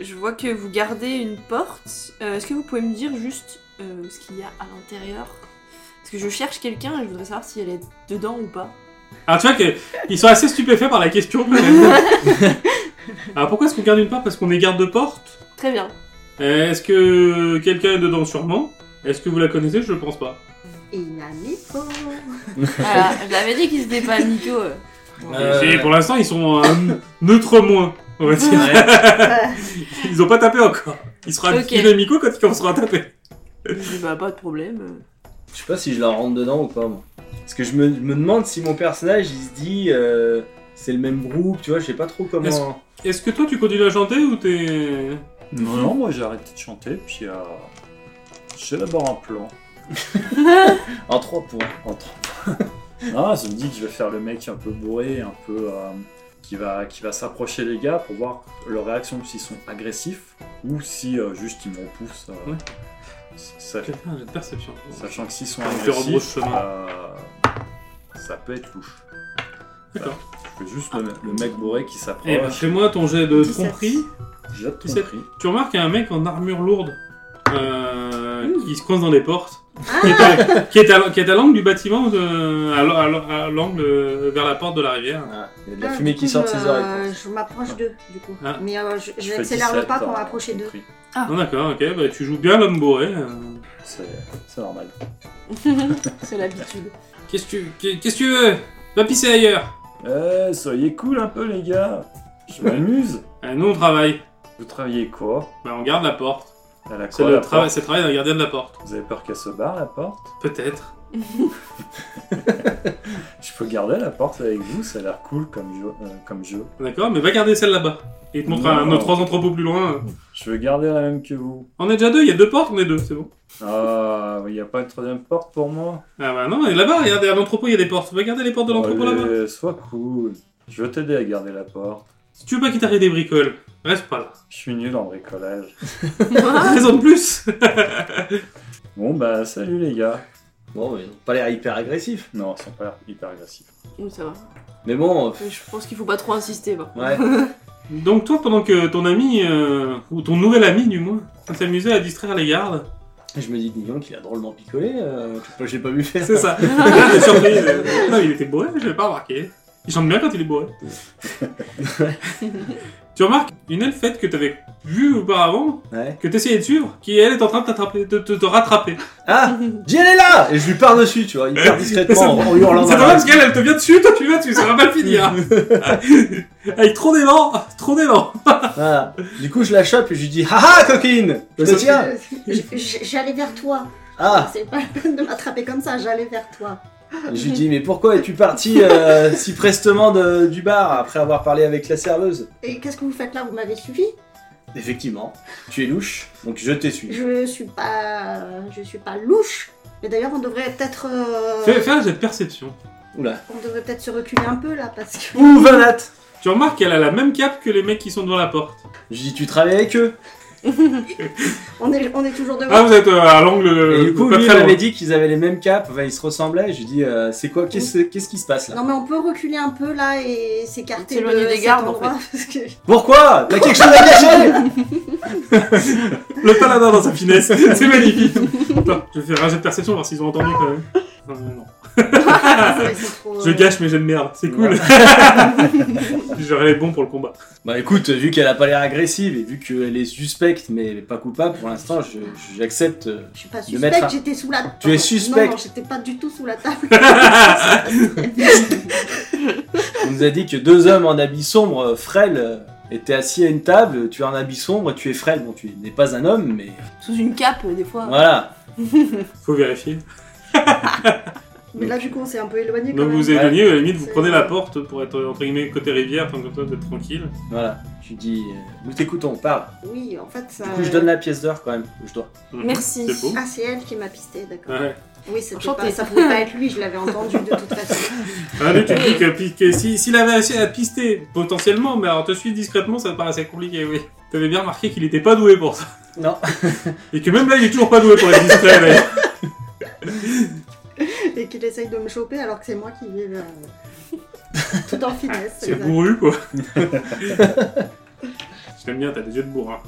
je vois que vous gardez une porte. Euh, Est-ce que vous pouvez me dire juste euh, ce qu'il y a à l'intérieur Parce que je cherche quelqu'un et je voudrais savoir si elle est dedans ou pas. Alors tu vois qu'ils sont assez stupéfaits par la question. quand même. Alors pourquoi est-ce qu'on garde une porte Parce qu'on est garde de porte. Très bien. Est-ce que quelqu'un est dedans Sûrement. Est-ce que vous la connaissez Je ne pense pas. Inamico. Voilà, je l'avais Euh, dit qu'ils étaient pas amicaux. euh. Euh, Et Pour l'instant, ils sont euh, neutres moins. on va dire. Ils n'ont pas tapé encore. Ils seront Ok. inamicaux quand ils commenceront à taper. Je dis, bah, pas de problème. Je sais pas si je la rentre dedans ou pas, moi. Parce que je me, je me demande si mon personnage, il se dit, euh, c'est le même groupe, tu vois, je sais pas trop Est-ce- comment. Est-ce que toi tu continues à chanter ou t'es. Non, non, moi j'ai arrêté de chanter, puis euh, j'ai d'abord un plan. En trois points. Entre. ah, je me dis que je vais faire le mec un peu bourré, un peu. euh, qui va, qui va s'approcher des gars pour voir leur réaction, s'ils sont agressifs ou si euh, juste ils me repoussent. euh, Ouais. ça- J'ai un jet de perception. sachant que s'ils sont Je te rebrousse agressifs, chemin. euh, ça peut être louche. D'accord. Je fais juste le, le mec bourré qui s'approche. Eh ben, fais-moi ton jet de 17. tromperie. J'ai tu sais- compris. Tu remarques qu'il y a un mec en armure lourde euh, qui se coince dans les portes, qui, est Ah, à, qui est à- qui est à l'angle du bâtiment, de- à, l- à l- à l'angle euh, vers la porte de la rivière. Ah, il y a de la ah, fumée du qui coup, sort de je- euh, ses oreilles. Je m'approche d'eux, du coup. Ah. Mais euh, je- Je fais j'accélère le 17, pas pour euh, m'approcher d'eux. compris. Ah, D'accord, ok, bah, tu joues bien l'homme bourré. euh. C'est c'est normal. C'est l'habitude. Qu'est-ce que tu- qu'est- qu'est-ce que tu veux Va pisser ailleurs Eh, soyez cool un peu, les gars. Je m'amuse. Ah, Nous on travaille. Vous travaillez quoi Bah, on garde la porte. Elle a C'est quoi le, la travail- porte c'est le travail d'un gardien de la porte. Vous avez peur qu'elle se barre, la porte Peut-être. Je peux garder la porte avec vous, ça a l'air cool comme jeu. euh, comme jeu. D'accord, mais va garder celle là-bas. Et il te montre Non. un, un- trois entrepôts plus loin. euh. Je veux garder la même que vous. On est déjà deux, il y a deux portes, on est deux, c'est bon. Ah, il n'y a pas une troisième porte pour moi Ah bah non, et là-bas, regardez, à l'entrepôt, il y a des portes. Va garder les Oh, portes de l'entrepôt là-bas. Allez, sois cool. Je veux t'aider à garder la porte. Si tu veux pas qu'il t'arrive des bricoles, reste pas là. Je suis nul en bricolage. Raison de plus Bon, bah, salut les gars. Bon, mais ils ont pas l'air hyper agressifs. Non, ils sont pas l'air hyper agressifs. Donc, ça va. Mais bon, euh, Mais je pense qu'il faut pas trop insister. Bah. ouais. Donc toi, pendant que ton ami, euh, ou ton nouvel ami du moins, s'amusait à distraire les gardes, Je me dis, dis donc, il a drôlement picolé. euh, je sais pas, j'ai pas vu faire. c'est ça. Là, Ah, t'es surpris. euh, Non, il était bourré, je l'avais pas remarqué. Il chante bien quand il est bourré. tu remarques une elfette que t'avais vue auparavant, Ouais. que t'essayais de suivre, qui elle est en train de t'attraper, de de te rattraper. Ah Jill est là Et je lui pars dessus, tu vois, hyper discrètement, en hurlant. C'est dans la normal parce rue. qu'elle, elle te vient dessus, toi tu lui vas dessus, ça va mal finir. Avec trop d'élan, trop d'élan. Voilà. Du coup, je la chope et je lui dis, haha, coquine Je te tiens Je- je- J'allais vers toi. Ah C'est pas la peine de m'attraper comme ça, j'allais vers toi. Je lui dis, mais pourquoi es-tu parti euh, si prestement de- du bar après avoir parlé avec la serveuse Et qu'est-ce que vous faites là Vous m'avez suivi Effectivement, tu es louche, donc je t'essuie. Je suis pas, je suis pas louche. Mais d'ailleurs, on devrait peut-être, euh, Fais, fais un jet de perception. Oula. on devrait peut-être se reculer un peu là parce que. Ouh, 20 lattes Tu remarques qu'elle a la même cape que les mecs qui sont devant la porte. Je lui dis, tu travailles avec eux On est, on est toujours Ah, devant. vous êtes euh, à l'angle. Et euh, du coup, pas lui, il très loin. m'avait dit qu'ils avaient les mêmes capes, enfin, ils se ressemblaient. Je lui dis, euh, c'est quoi Qu'est-ce qu'est-ce qui se passe là Non mais on peut reculer un peu là et s'écarter de S'éloigner des cet gardes, en endroit, parce que- Pourquoi T'as quelque chose à cacher Le paladin dans sa finesse, c'est magnifique. Attends, je vais faire un jet de perception voir s'ils ont entendu quand même. Non, non, non. Ouais, c'est trop, Ah, Je euh, gâche mes jets de merde, c'est cool. J'aurais les bons pour le combat. Bah écoute, vu qu'elle a pas l'air agressive et vu qu'elle est suspecte mais pas coupable, pour l'instant, je- je- j'accepte. euh, Je suis pas de mettre suspecte, un- j'étais sous la table. Tu es suspecte. Non, non, j'étais pas du tout sous la table. On nous a dit que deux hommes en habit sombre, euh, frêle, euh, étaient assis à une table. Tu es en habit sombre, tu es frêle. Bon, tu n'es pas un homme, mais Ah. Sous une cape, euh, des fois. voilà. Faut vérifier. Mais là, du coup, on s'est un peu éloigné quand Donc vous même. vous éloignez, à la limite, vous C'est- prenez la porte pour être entre guillemets côté rivière, tant que ça vous êtes tranquille. Voilà, tu dis, euh, nous t'écoutons, parle. Oui, en fait, ça. Du coup, je donne la pièce d'or quand même, que je dois. Mhm. Merci. C'est beau. Ah, c'est elle qui m'a pisté, d'accord. Ouais. Oui, c'était Enchantée. pas- ça pouvait pas être lui, je l'avais entendu de toute façon. Allez, Ah, tu dis que, pi- que si, s'il avait assez à pister, potentiellement, mais alors te suivre discrètement, ça me paraissait compliqué, oui. T'avais bien remarqué qu'il était pas doué pour ça. Non. Et que même là, il est toujours pas doué pour être discret, d'ailleurs. Et qu'il essaye de me choper alors que c'est moi qui vais. euh, Tout en finesse. C'est exact. bourru, quoi. Je t'aime bien, t'as des yeux de bourrin.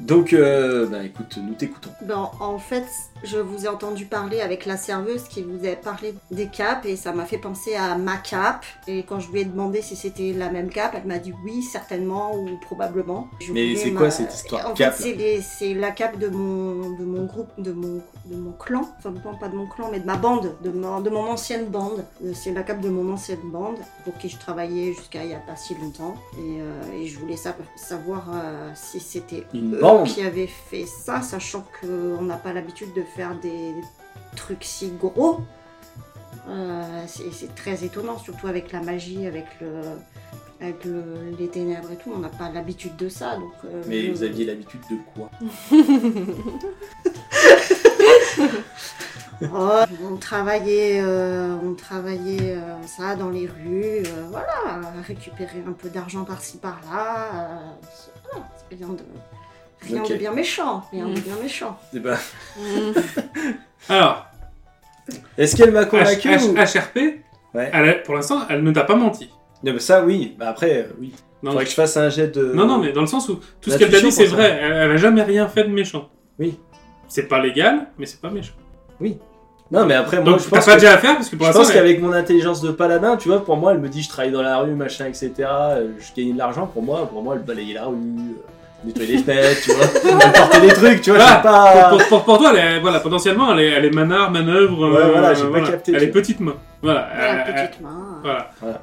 Donc, euh, bah écoute, nous t'écoutons. Ben, en fait, je vous ai entendu parler avec la serveuse qui vous a parlé des capes et ça m'a fait penser à ma cape. Et quand je lui ai demandé si c'était la même cape, elle m'a dit oui, certainement ou probablement. Je Mais voulais c'est ma- quoi cette histoire En de fait, cape c'est les- c'est la cape de mon, de mon groupe, de mon, de mon clan. Enfin, non, pas de mon clan, mais de ma bande, de, mon- de mon ancienne bande. Euh, C'est la cape de mon ancienne bande pour qui je travaillais jusqu'à il n'y a pas si longtemps. Et, euh, et je voulais sa- savoir euh, si c'était Une eux bande qui avaient fait ça, sachant qu'on n'a pas l'habitude de faire des trucs si gros. Euh, c'est c'est très étonnant, surtout avec la magie, avec, le, avec le- les ténèbres et tout. On n'a pas l'habitude de ça. Donc, euh, Mais je- vous aviez l'habitude de quoi Oh, on travaillait, euh, on travaillait euh, ça dans les rues, euh, voilà, à récupérer un peu d'argent par-ci par-là. euh, c'est- voilà, c'est rien de, rien Ok. de bien méchant, rien de Mm. bien méchant. Eh ben, Mm. Alors, Est-ce qu'elle m'a H- convaincu ou... H- HRP, Ouais. elle a- pour l'instant, elle ne t'a pas menti. Non, mais ça, oui. Bah après, euh, oui. Non, Faudrait que je fasse un jet de. non, non, mais dans le sens où tout ce la qu'elle t'a fiction dit, c'est pour ça. vrai. Elle, elle a jamais rien fait de méchant. Oui. C'est pas légal, mais c'est pas méchant. Non, mais après, moi, Donc je t'as pense, pas que- déjà à faire parce que pour je l'instant, pense elle- qu'avec mon intelligence de paladin, tu vois, pour moi, elle me dit je travaille dans la rue, machin, etc. euh, Je gagne de l'argent. Pour moi, pour moi, elle balayait la rue, euh, nettoyer les fenêtres, tu vois, elle portait des trucs, tu vois. Ah, j'ai pas. pour, pour- pour toi, elle est- voilà, potentiellement, elle est, elle est manard, manœuvre. euh, Ouais, voilà, j'ai pas capté, Elle tu est vois. petite main. Voilà. Euh, Voilà, elle- petite main. Voilà. Voilà.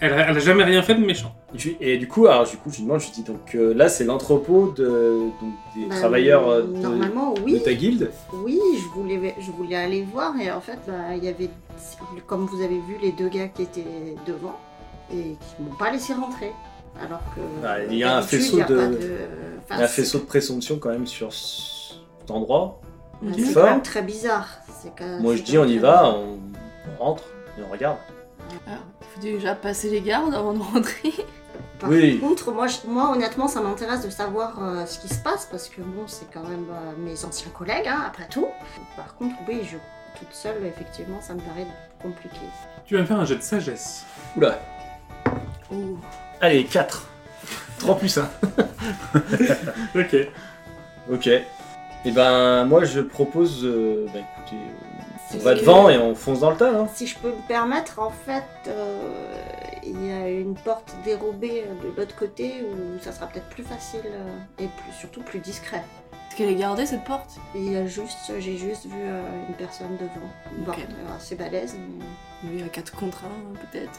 Elle, elle- elle a jamais rien fait de méchant. Je- Et du coup, alors, du coup, je lui demande, je lui dis donc euh, là, c'est l'entrepôt de, donc, des Bah, travailleurs euh, de, Normalement, de oui. ta guilde. Oui, je voulais, je voulais aller voir et en fait, bah, il y avait, comme vous avez vu, les deux gars qui étaient devant et qui m'ont pas laissé rentrer. Alors que. Bah, il y a un d'habitude, faisceau il y a de- pas enfin, Il y a un c'est- faisceau de présomption quand même sur cet endroit. bah, qui est C'est fort. quand même très bizarre. C'est quand- Moi, c'est je quand dis, on même y très va, bizarre. on, on rentre et on regarde. Alors, faut déjà passer les gardes avant de rentrer. Par Oui. contre, moi, je- moi, honnêtement, ça m'intéresse de savoir euh, ce qui se passe parce que bon, c'est quand même euh, mes anciens collègues, hein, après tout. Par contre, oui, je, toute seule, effectivement, ça me paraît compliqué. Tu vas me faire un jet de sagesse. Oula, Oh. allez, 4. 3 plus 1. Ok. Ok. Et ben, moi, je propose. euh, bah, écoutez, euh, on C'est va que- devant et on fonce dans le tas, hein. Si je peux me permettre, en fait, euh, il y a une porte dérobée euh, de l'autre côté où ça sera peut-être plus facile euh, et plus, surtout plus discret. Est-ce qu'elle est gardée cette porte Il y a juste, j'ai juste vu euh, une personne devant. Bon, Ok. euh, assez balèze. mais- Oui, à 4 contre 1, hein, peut-être.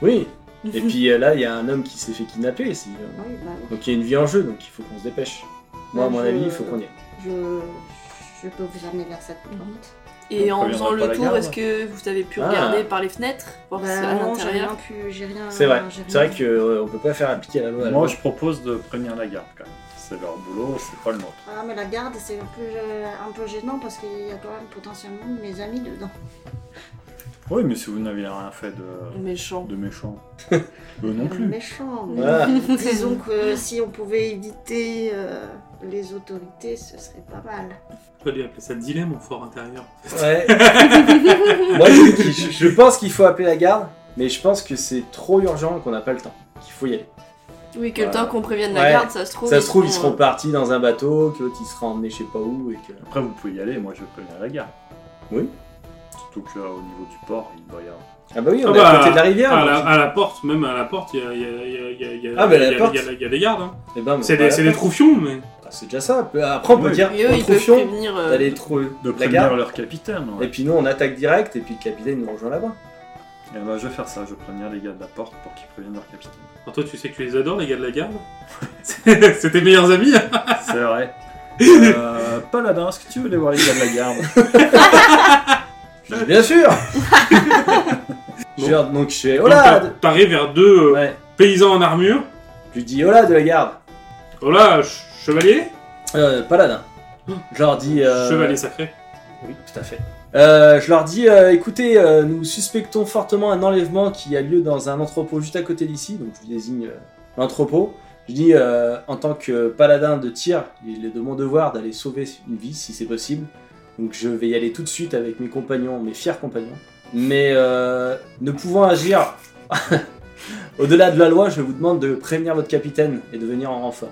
Oui. Et puis euh, là, il y a un homme qui s'est fait kidnapper ici. hein. Oui, bah, oui. Donc, il y a une vie en jeu, donc il faut qu'on se dépêche. Moi, à Bah, mon je- avis, il faut qu'on y aille. je, je peux vous amener vers cette porte. Mhm. Et On en préviendra faisant pas le la tour, garde. est-ce que vous avez pu Ah. regarder par les fenêtres Voir si Bah, à non, j'ai rien l'intérieur pu, j'ai rien. C'est vrai. j'ai C'est rien. vrai qu'on peut pas faire appliquer à la loi. à la Moi, loi. je propose de prévenir la garde quand même. C'est leur boulot, c'est pas le nôtre. Ah, mais la garde, c'est un peu, euh, un peu gênant parce qu'il y a quand même potentiellement mes amis dedans. Oui, mais si vous n'avez rien fait de, Méchant. de méchant, eux non plus. Méchant. mais- Voilà. Disons que si on pouvait éviter euh, les autorités, ce serait pas mal. Tu vas lui appeler ça dilemme en fort intérieur. Ouais. Moi, je, je- je pense qu'il faut appeler la garde, mais je pense que c'est trop urgent et qu'on n'a pas le temps. Qu'il faut y aller. Oui, que le Ouais. temps qu'on prévienne la Bah. Ouais. garde, ça se trouve. Ça se trouve, ils seront, seront partis dans un bateau, que l'autre il sera emmené je sais pas où et que. Après, vous pouvez y aller, moi je vais prévenir la garde. Oui. Surtout qu'au niveau du port, il doit y avoir. Ah bah oui, Ah on est bah, à côté de la rivière. à, la, donc- à la porte, même à la porte, il y a, il y a- il y a- il y a- il y a- Ah, mais la il y a- porte. il y a- il y a des gardes. hein. Eh ben, bon, C'est bah, des, c'est des troufions, mais. bah, c'est déjà ça. Après, on peut Oui. dire Et eux, on ils peuvent troufions prévenir. euh, d'aller trouver De la prévenir garde. leur capitaine. ouais. Et puis nous, on attaque direct et puis le capitaine nous rejoint là-bas. Eh ben, je vais faire ça, je vais prévenir les gars de la porte pour qu'ils préviennent leur capitaine. Alors toi, tu sais que tu les adores, les gars de la garde C'est c'est tes meilleurs amis hein C'est vrai. Euh, paladin, est-ce que tu veux aller voir les gars de la garde Je dis, bien sûr Je Bon. leur- Donc je fais Donc, Hola t'a- T'arrives vers deux euh, Ouais. paysans en armure. Je lui dis Hola de la garde Oh là, ch- chevalier euh, Paladin. Je leur dis. euh, Chevalier sacré. Oui, tout à fait. Euh, je leur dis, euh, écoutez, euh, nous suspectons fortement un enlèvement qui a lieu dans un entrepôt juste à côté d'ici, donc je désigne euh, l'entrepôt. Je dis, euh, en tant que paladin de tir, il est de mon devoir d'aller sauver une vie si c'est possible. Donc je vais y aller tout de suite avec mes compagnons, mes fiers compagnons. Mais euh, ne pouvant agir au-delà de la loi, je vous demande de prévenir votre capitaine et de venir en renfort.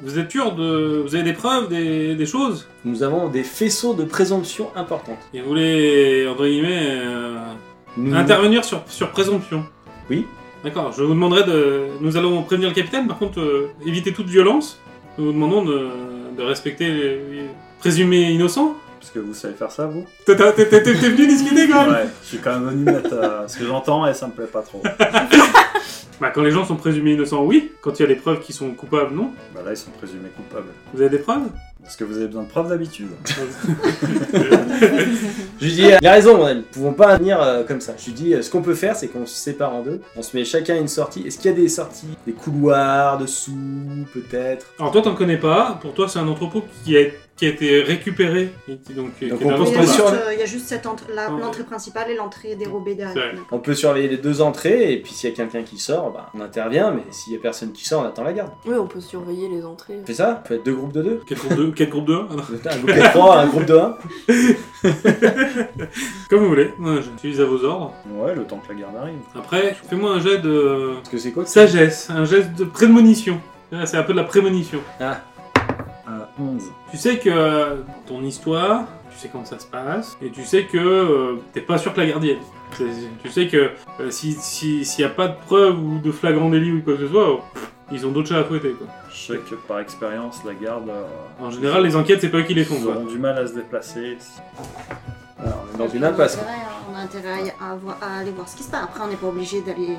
Vous êtes sûr de. Vous avez des preuves, des, des choses Nous avons des faisceaux de présomption importantes. Et vous voulez, entre guillemets, euh, Nous- intervenir sur, sur présomption Oui. D'accord, je vous demanderai de. Nous allons prévenir le capitaine, par contre, euh, évitez toute violence. Nous vous demandons de, de respecter les, les présumés innocents. Parce que vous savez faire ça, vous T'es t'es- t'es- t'es- t'es venu discuter quand même Ouais, je suis quand même venu mettre euh, ce que j'entends et ça me plaît pas trop. Bah, quand les gens sont présumés innocents, oui. Quand il y a des preuves qui sont coupables, non. Bah là, ils sont présumés coupables. Vous avez des preuves Parce que vous avez besoin de preuves d'habitude. Je lui dis, euh, il a raison, mon ami, nous pouvons pas venir euh, comme ça. Je lui dis, euh, ce qu'on peut faire, c'est qu'on se sépare en deux. On se met chacun à une sortie. Est-ce qu'il y a des sorties Des couloirs, dessous, peut-être Alors toi t'en connais pas, pour toi c'est un entrepôt qui a, qui a été récupéré. et qui- donc, euh, Donc qui est on un peut Il y standard. se a juste, sur- euh, il y a juste cette entre- la- Ah, Ouais. l'entrée principale et l'entrée dérobée derrière. C'est vrai. On peut surveiller les deux entrées, et puis s'il y a quelqu'un qui sort, bah, on intervient, mais s'il y a personne qui sort, on attend la garde. Oui, on peut surveiller les entrées. On fait ça On peut être deux groupes de deux Quel groupe de, quel groupe de un Ah Putain, Un groupe de trois, un groupe de un Comme vous voulez, moi je suis à vos ordres. Ouais, le temps que la garde arrive. Après, fais-moi un jet de Parce que c'est quoi que ça sagesse, un geste de prémonition. Là, C'est un peu de la prémonition. Euh, 11. Tu sais que euh, ton histoire, tu sais comment ça se passe, et tu sais que euh, t'es pas sûr que la gardienne. Tu sais que euh, si- si- s'il n'y a pas de preuve ou de flagrant délit ou quoi que ce soit, oh, pff, ils ont d'autres chats à fouetter quoi. Je sais que par expérience, la garde. euh, En général, les enquêtes, c'est pas eux qui les font ils quoi. auront du mal à se déplacer. Alors, on est dans une impasse. On a intérêt à- hein, On a intérêt à, voir- à aller voir ce qui se passe. Après, on n'est pas obligé d'aller.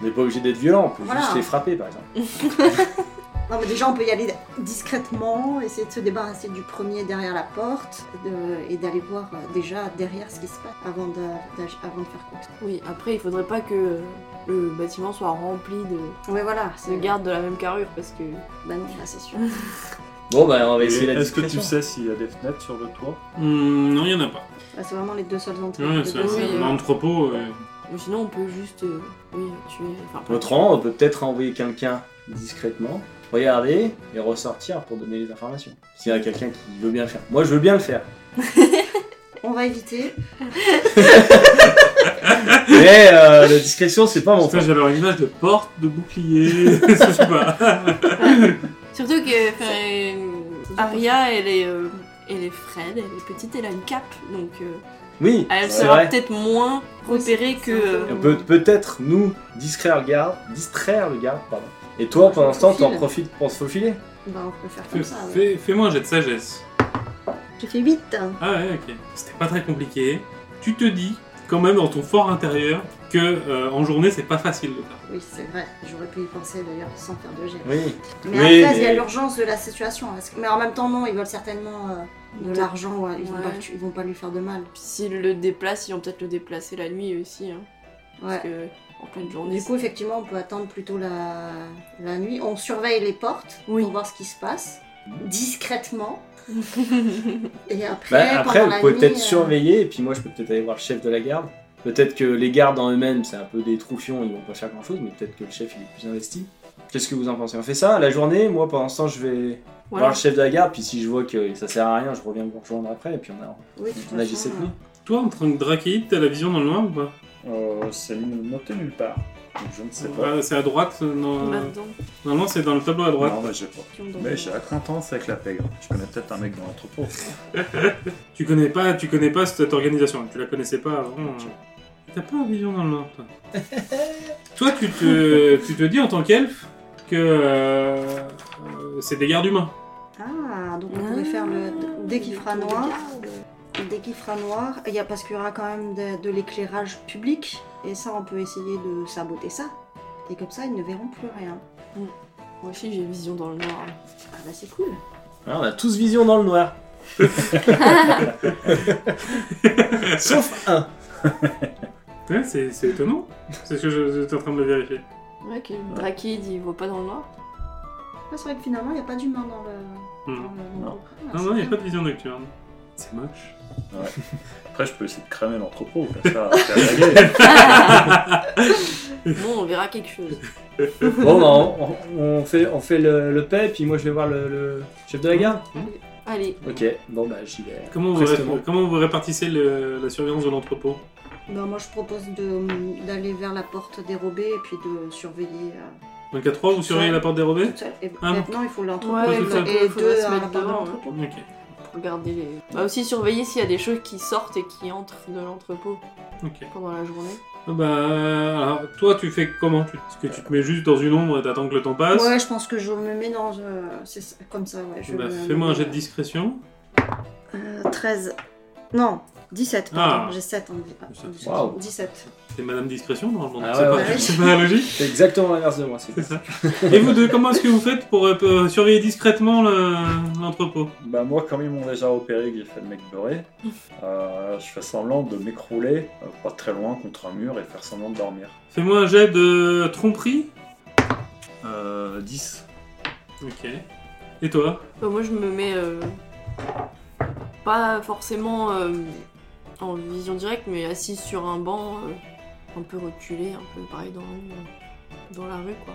On n'est pas obligé d'être violent, on peut Voilà. juste les frapper, par exemple. Non, mais déjà, on peut y aller discrètement, essayer de se débarrasser du premier derrière la porte de- et d'aller voir euh, déjà derrière ce qui se passe avant de, d'ag- avant de faire quoi. que ce Oui, après, il faudrait pas que euh, le bâtiment soit rempli de, soit. Ouais, voilà, de c'est gardes de la même carrure parce que. Bah non, là, c'est sûr. Bon, bah, on va Et essayer la Est-ce que tu discrétion. sais s'il y a des fenêtres sur le toit Hmm, non, il y en a pas. Bah, c'est vraiment les deux seules entrées. Ouais, Les c'est deux c'est seules- un entrepôt. euh, Mais sinon, on peut juste. euh, oui, tuer. Enfin, pas- Notre rang, on peut peut-être envoyer quelqu'un discrètement, regarder et ressortir pour donner les informations. S'il y a quelqu'un qui veut bien le faire. Moi, je veux bien le faire. On va éviter. Mais euh, la discrétion, c'est pas mon Putain, truc. Ah, j'avais une image de porte, de bouclier, je sais pas. Surtout que enfin, Aria, elle est, euh, elle est frêle, elle est petite, elle a une cape. Donc, euh, Oui, elle c'est sera vrai. peut-être moins repérée Oui, que. c'est ça. euh, On peut peut-être nous distraire le garde, distraire le garde, pardon. Et toi, pendant ce temps, t'en Faufile. profites pour se faufiler. Bah, on peut faire Fais- comme ça. ouais. fais- Fais-moi un jet de sagesse. J'ai fait 8. hein. Ah ouais, ok. C'était pas très compliqué. Tu te dis, quand même, dans ton fort intérieur, que euh, en journée, c'est pas facile de faire. Oui, c'est vrai. J'aurais pu y penser d'ailleurs sans faire de jet. Oui. Mais Oui, après, il y a mais- l'urgence de la situation. parce que- Mais en même temps, non, ils veulent certainement euh, de de- l'argent. ouais, Ils, vont Ouais. pas le tu- ils vont pas lui faire de mal. Puis S'ils le déplacent, ils vont peut-être le déplacer la nuit aussi. hein, Ouais. Parce que en pleine journée. Du coup, effectivement, on peut attendre plutôt la, la nuit. On surveille les portes Oui. pour voir ce qui se passe discrètement. Et Bah, après, après, pendant vous la pouvez nuit, peut-être euh, surveiller, et puis moi, je peux peut-être aller voir le chef de la garde. Peut-être que les gardes en eux-mêmes, c'est un peu des troufions, ils vont pas faire grand-chose, mais peut-être que le chef, il est plus investi. Qu'est-ce que vous en pensez On fait ça la journée Moi, pendant ce temps, je vais Voilà. voir le chef de la garde, puis si je vois que ça sert à rien, je reviens vous rejoindre après, et puis on, a, hein, oui, de toute on agit façon, cette euh, nuit. Toi, en tant que Drakeïd, t'as la vision dans le noir ou pas Euh, C'est noté nulle part. Donc je ne sais pas. Euh, C'est à droite. euh, dans- Bah. Là-dedans. Normalement, c'est dans le tableau à droite. Non, mais j'ai pas. qui ont Mais dormi. j'ai à 30 ans, c'est avec la pègre. Je connais peut-être un mec dans l'entrepôt. Tu connais pas, tu connais pas cette organisation. Tu la connaissais pas avant. euh. T'as pas la vision dans le noir, toi. toi, tu te, tu te dis en tant qu'elfe que euh, euh, c'est des gardes humains. Ah, donc on pourrait faire le. Dès qu'il fera noir, dès qu'il fera noir, il y a, parce qu'il y aura quand même de, de l'éclairage public. Et ça, on peut essayer de saboter ça. Et comme ça, ils ne verront plus rien. Moi aussi, j'ai vision dans le noir. Ah bah, c'est cool. Ouais, on a tous vision dans le noir. Sauf un. Ouais, c'est c'est étonnant. C'est ce que je- j'étais en train de le vérifier. Ouais, que le Drakid, il voit pas dans le noir. Ouais, C'est vrai que finalement, il n'y a pas d'humain dans le. Ah, Hmm. Non. Non, non, il n'y a pas de vision nocturne. C'est moche. Après, je peux essayer de cramer l'entrepôt, comme ça, faire la guerre. Bon, on verra quelque chose. Bon, bah, on, on- on fait, on fait le, le paix, puis moi je vais voir le, le chef de la garde. Allez, Ok, bon bah j'y vais. Comment vous, Prestement. comment vous répartissez le- la surveillance de l'entrepôt Bah, moi, je propose de- d'aller vers la porte dérobée et puis de surveiller. euh, Donc à 3, vous surveillez la porte dérobée toute seule. Et Ah. maintenant, il faut l'entreposer. Ouais, tout et bah, faudrait deux se à mettre la part de devant, hein. l'entrepôt. Ok. regardez les. Bah aussi surveiller s'il y a des choses qui sortent et qui entrent de l'entrepôt Ok. pendant la journée. Ah Bah, alors, toi, tu fais comment Tu- Est-ce que tu te mets juste dans une ombre et t'attends que le temps passe Ouais, je pense que je me mets dans. euh, c'est ça- comme ça, ouais. je Bah, me- Fais-moi un jet de discrétion. Euh, 13. Non, 17, pardon. Ah. J'ai 7 en ah, Sept. 17. Waouh. 17. C'est Madame Discrétion, normalement. Ah c'est ouais, pas, ouais. c'est pas la logique. C'est exactement l'inverse de moi, c'est ça. Et vous deux, comment est-ce que vous faites pour euh, pour surveiller discrètement le- l'entrepôt Bah moi, comme ils m'ont déjà opéré, que j'ai fait le mec beurré, euh, je fais semblant de m'écrouler euh, pas très loin contre un mur et faire semblant de dormir. Fais-moi un jet de tromperie. Euh, 10. Ok. Et toi Bah, moi, je me mets euh, pas forcément euh, en vision directe, mais assise sur un banc, euh, un peu reculé, un peu pareil dans, dans la rue, quoi.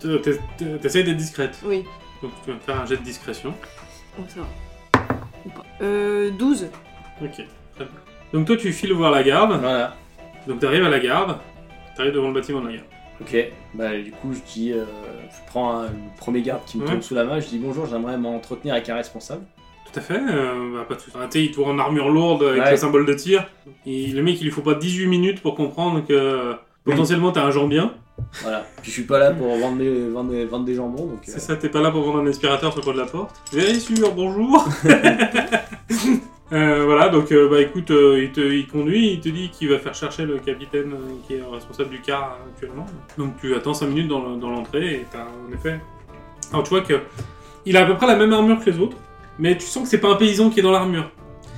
T'es- t'es- T'essayes d'être discrète. Oui, Donc tu vas me faire un jet de discrétion. donc ça va. Ou pas. Euh, 12. Ok. Très bien. Donc toi, tu files voir la garde. Voilà. Donc t'arrives à la garde. T'arrives devant le bâtiment de la garde. Ok, bah du coup je dis, euh, je prends euh, le premier garde qui me Ouais. tombe sous la main, je dis bonjour, j'aimerais m'entretenir avec un responsable. Tout à fait, euh, bah, pas de soucis. Ah, tu sais, il te voit en armure lourde avec Ouais. le symbole de tir. Et le mec, il lui faut pas 18 minutes pour comprendre que euh, potentiellement t'as un jambien. Voilà. Puis je suis pas là pour vendre des, vendre des- vendre des jambons, donc. euh, C'est ça, t'es pas là pour vendre un aspirateur sur le coin de la porte. Vérifie sûr, bonjour Euh, voilà, donc euh, bah écoute, euh, il te il conduit, il te dit qu'il va faire chercher le capitaine euh, qui est responsable du car euh, actuellement. Donc tu attends 5 minutes dans le- dans l'entrée et t'as en effet. Alors tu vois que il a à peu près la même armure que les autres, mais tu sens que c'est pas un paysan qui est dans l'armure.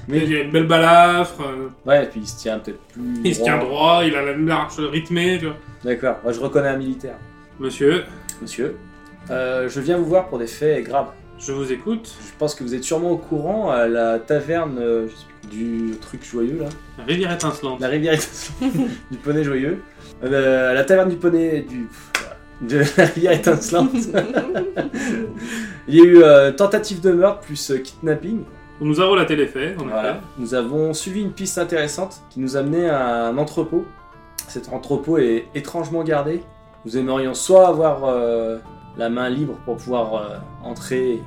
Mais- Il a une belle balafre, euh, Ouais, et puis il se tient peut-être plus. il se tient droit, il a la marche rythmée, tu vois. D'accord, moi je reconnais un militaire. Monsieur, Monsieur, euh, je viens vous voir pour des faits graves. je vous écoute. Je pense que vous êtes sûrement au courant à la taverne euh, je sais plus, du truc joyeux là, Rivière étincelante. la rivière du poney joyeux, Euh, à la taverne du poney du pff, de la rivière étincelante. Il y a eu euh, tentative de meurtre plus euh, kidnapping. On nous a relaté les faits, en Voilà. Nous avons suivi une piste intéressante qui nous amenait à un entrepôt. Cet entrepôt est étrangement gardé. Nous aimerions soit avoir euh, la main libre pour pouvoir euh, entrer, et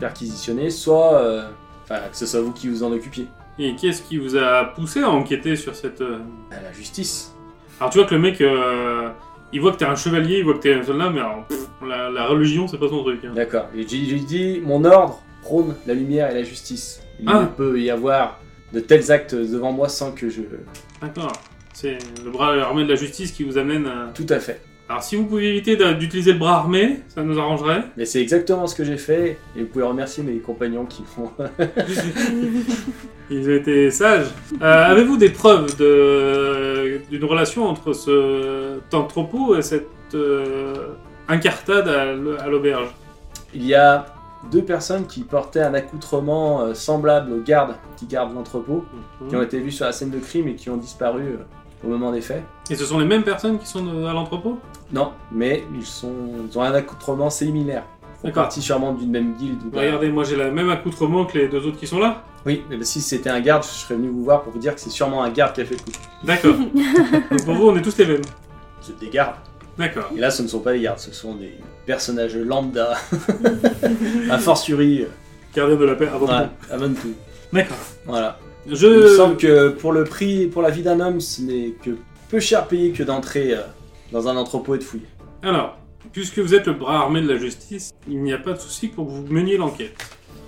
perquisitionner, soit euh, enfin, que ce soit vous qui vous en occupiez. effet. Et qu'est-ce qui vous a poussé à enquêter sur cette... euh, À la justice. Alors tu vois que le mec, euh, il voit que t'es un chevalier, il voit que t'es un soldat, mais alors pff, la, la religion, c'est pas son truc. hein. D'accord. Et J'ai j'ai dit mon ordre prône la lumière et la justice. Il Ah. ne peut y avoir de tels actes devant moi sans que je. D'accord. C'est le bras armé de la justice qui vous amène à... Tout à fait. Alors si vous pouviez éviter d'a- d'utiliser le bras armé, ça nous arrangerait. Mais c'est exactement ce que j'ai fait. Et vous pouvez remercier mes compagnons qui font. Ils ont été sages. Euh, Avez-vous des preuves de- d'une relation entre cet entrepôt et cette euh, incartade à, l- à l'auberge Il y a deux personnes qui portaient un accoutrement euh, semblable aux gardes qui gardent l'entrepôt, qui Mhm. ont été vues sur la scène de crime et qui ont disparu euh, au moment des faits. Et ce sont les mêmes personnes qui sont de- à l'entrepôt Non, mais ils, sont, ils ont un accoutrement similaire. Ils font D'accord. partie sûrement d'une même guilde. ou d'un- Bah, Regardez, moi j'ai le même accoutrement que les deux autres qui sont là. Oui, mais si c'était un garde, je serais venu vous voir pour vous dire que c'est sûrement un garde qui a fait le coup. D'accord. Donc pour vous, on est tous les mêmes. C'est des gardes. D'accord. Et là, ce ne sont pas des gardes, ce sont des personnages lambda, à fortiori, euh, Gardien de la paix avant ouais, tout. à même tout. D'accord. Voilà. Je. Il me semble que pour le prix, pour la vie d'un homme, ce n'est que peu cher payé que d'entrer euh, dans un entrepôt et de fouiller. Alors, puisque vous êtes le bras armé de la justice, il n'y a pas de souci pour que vous meniez l'enquête.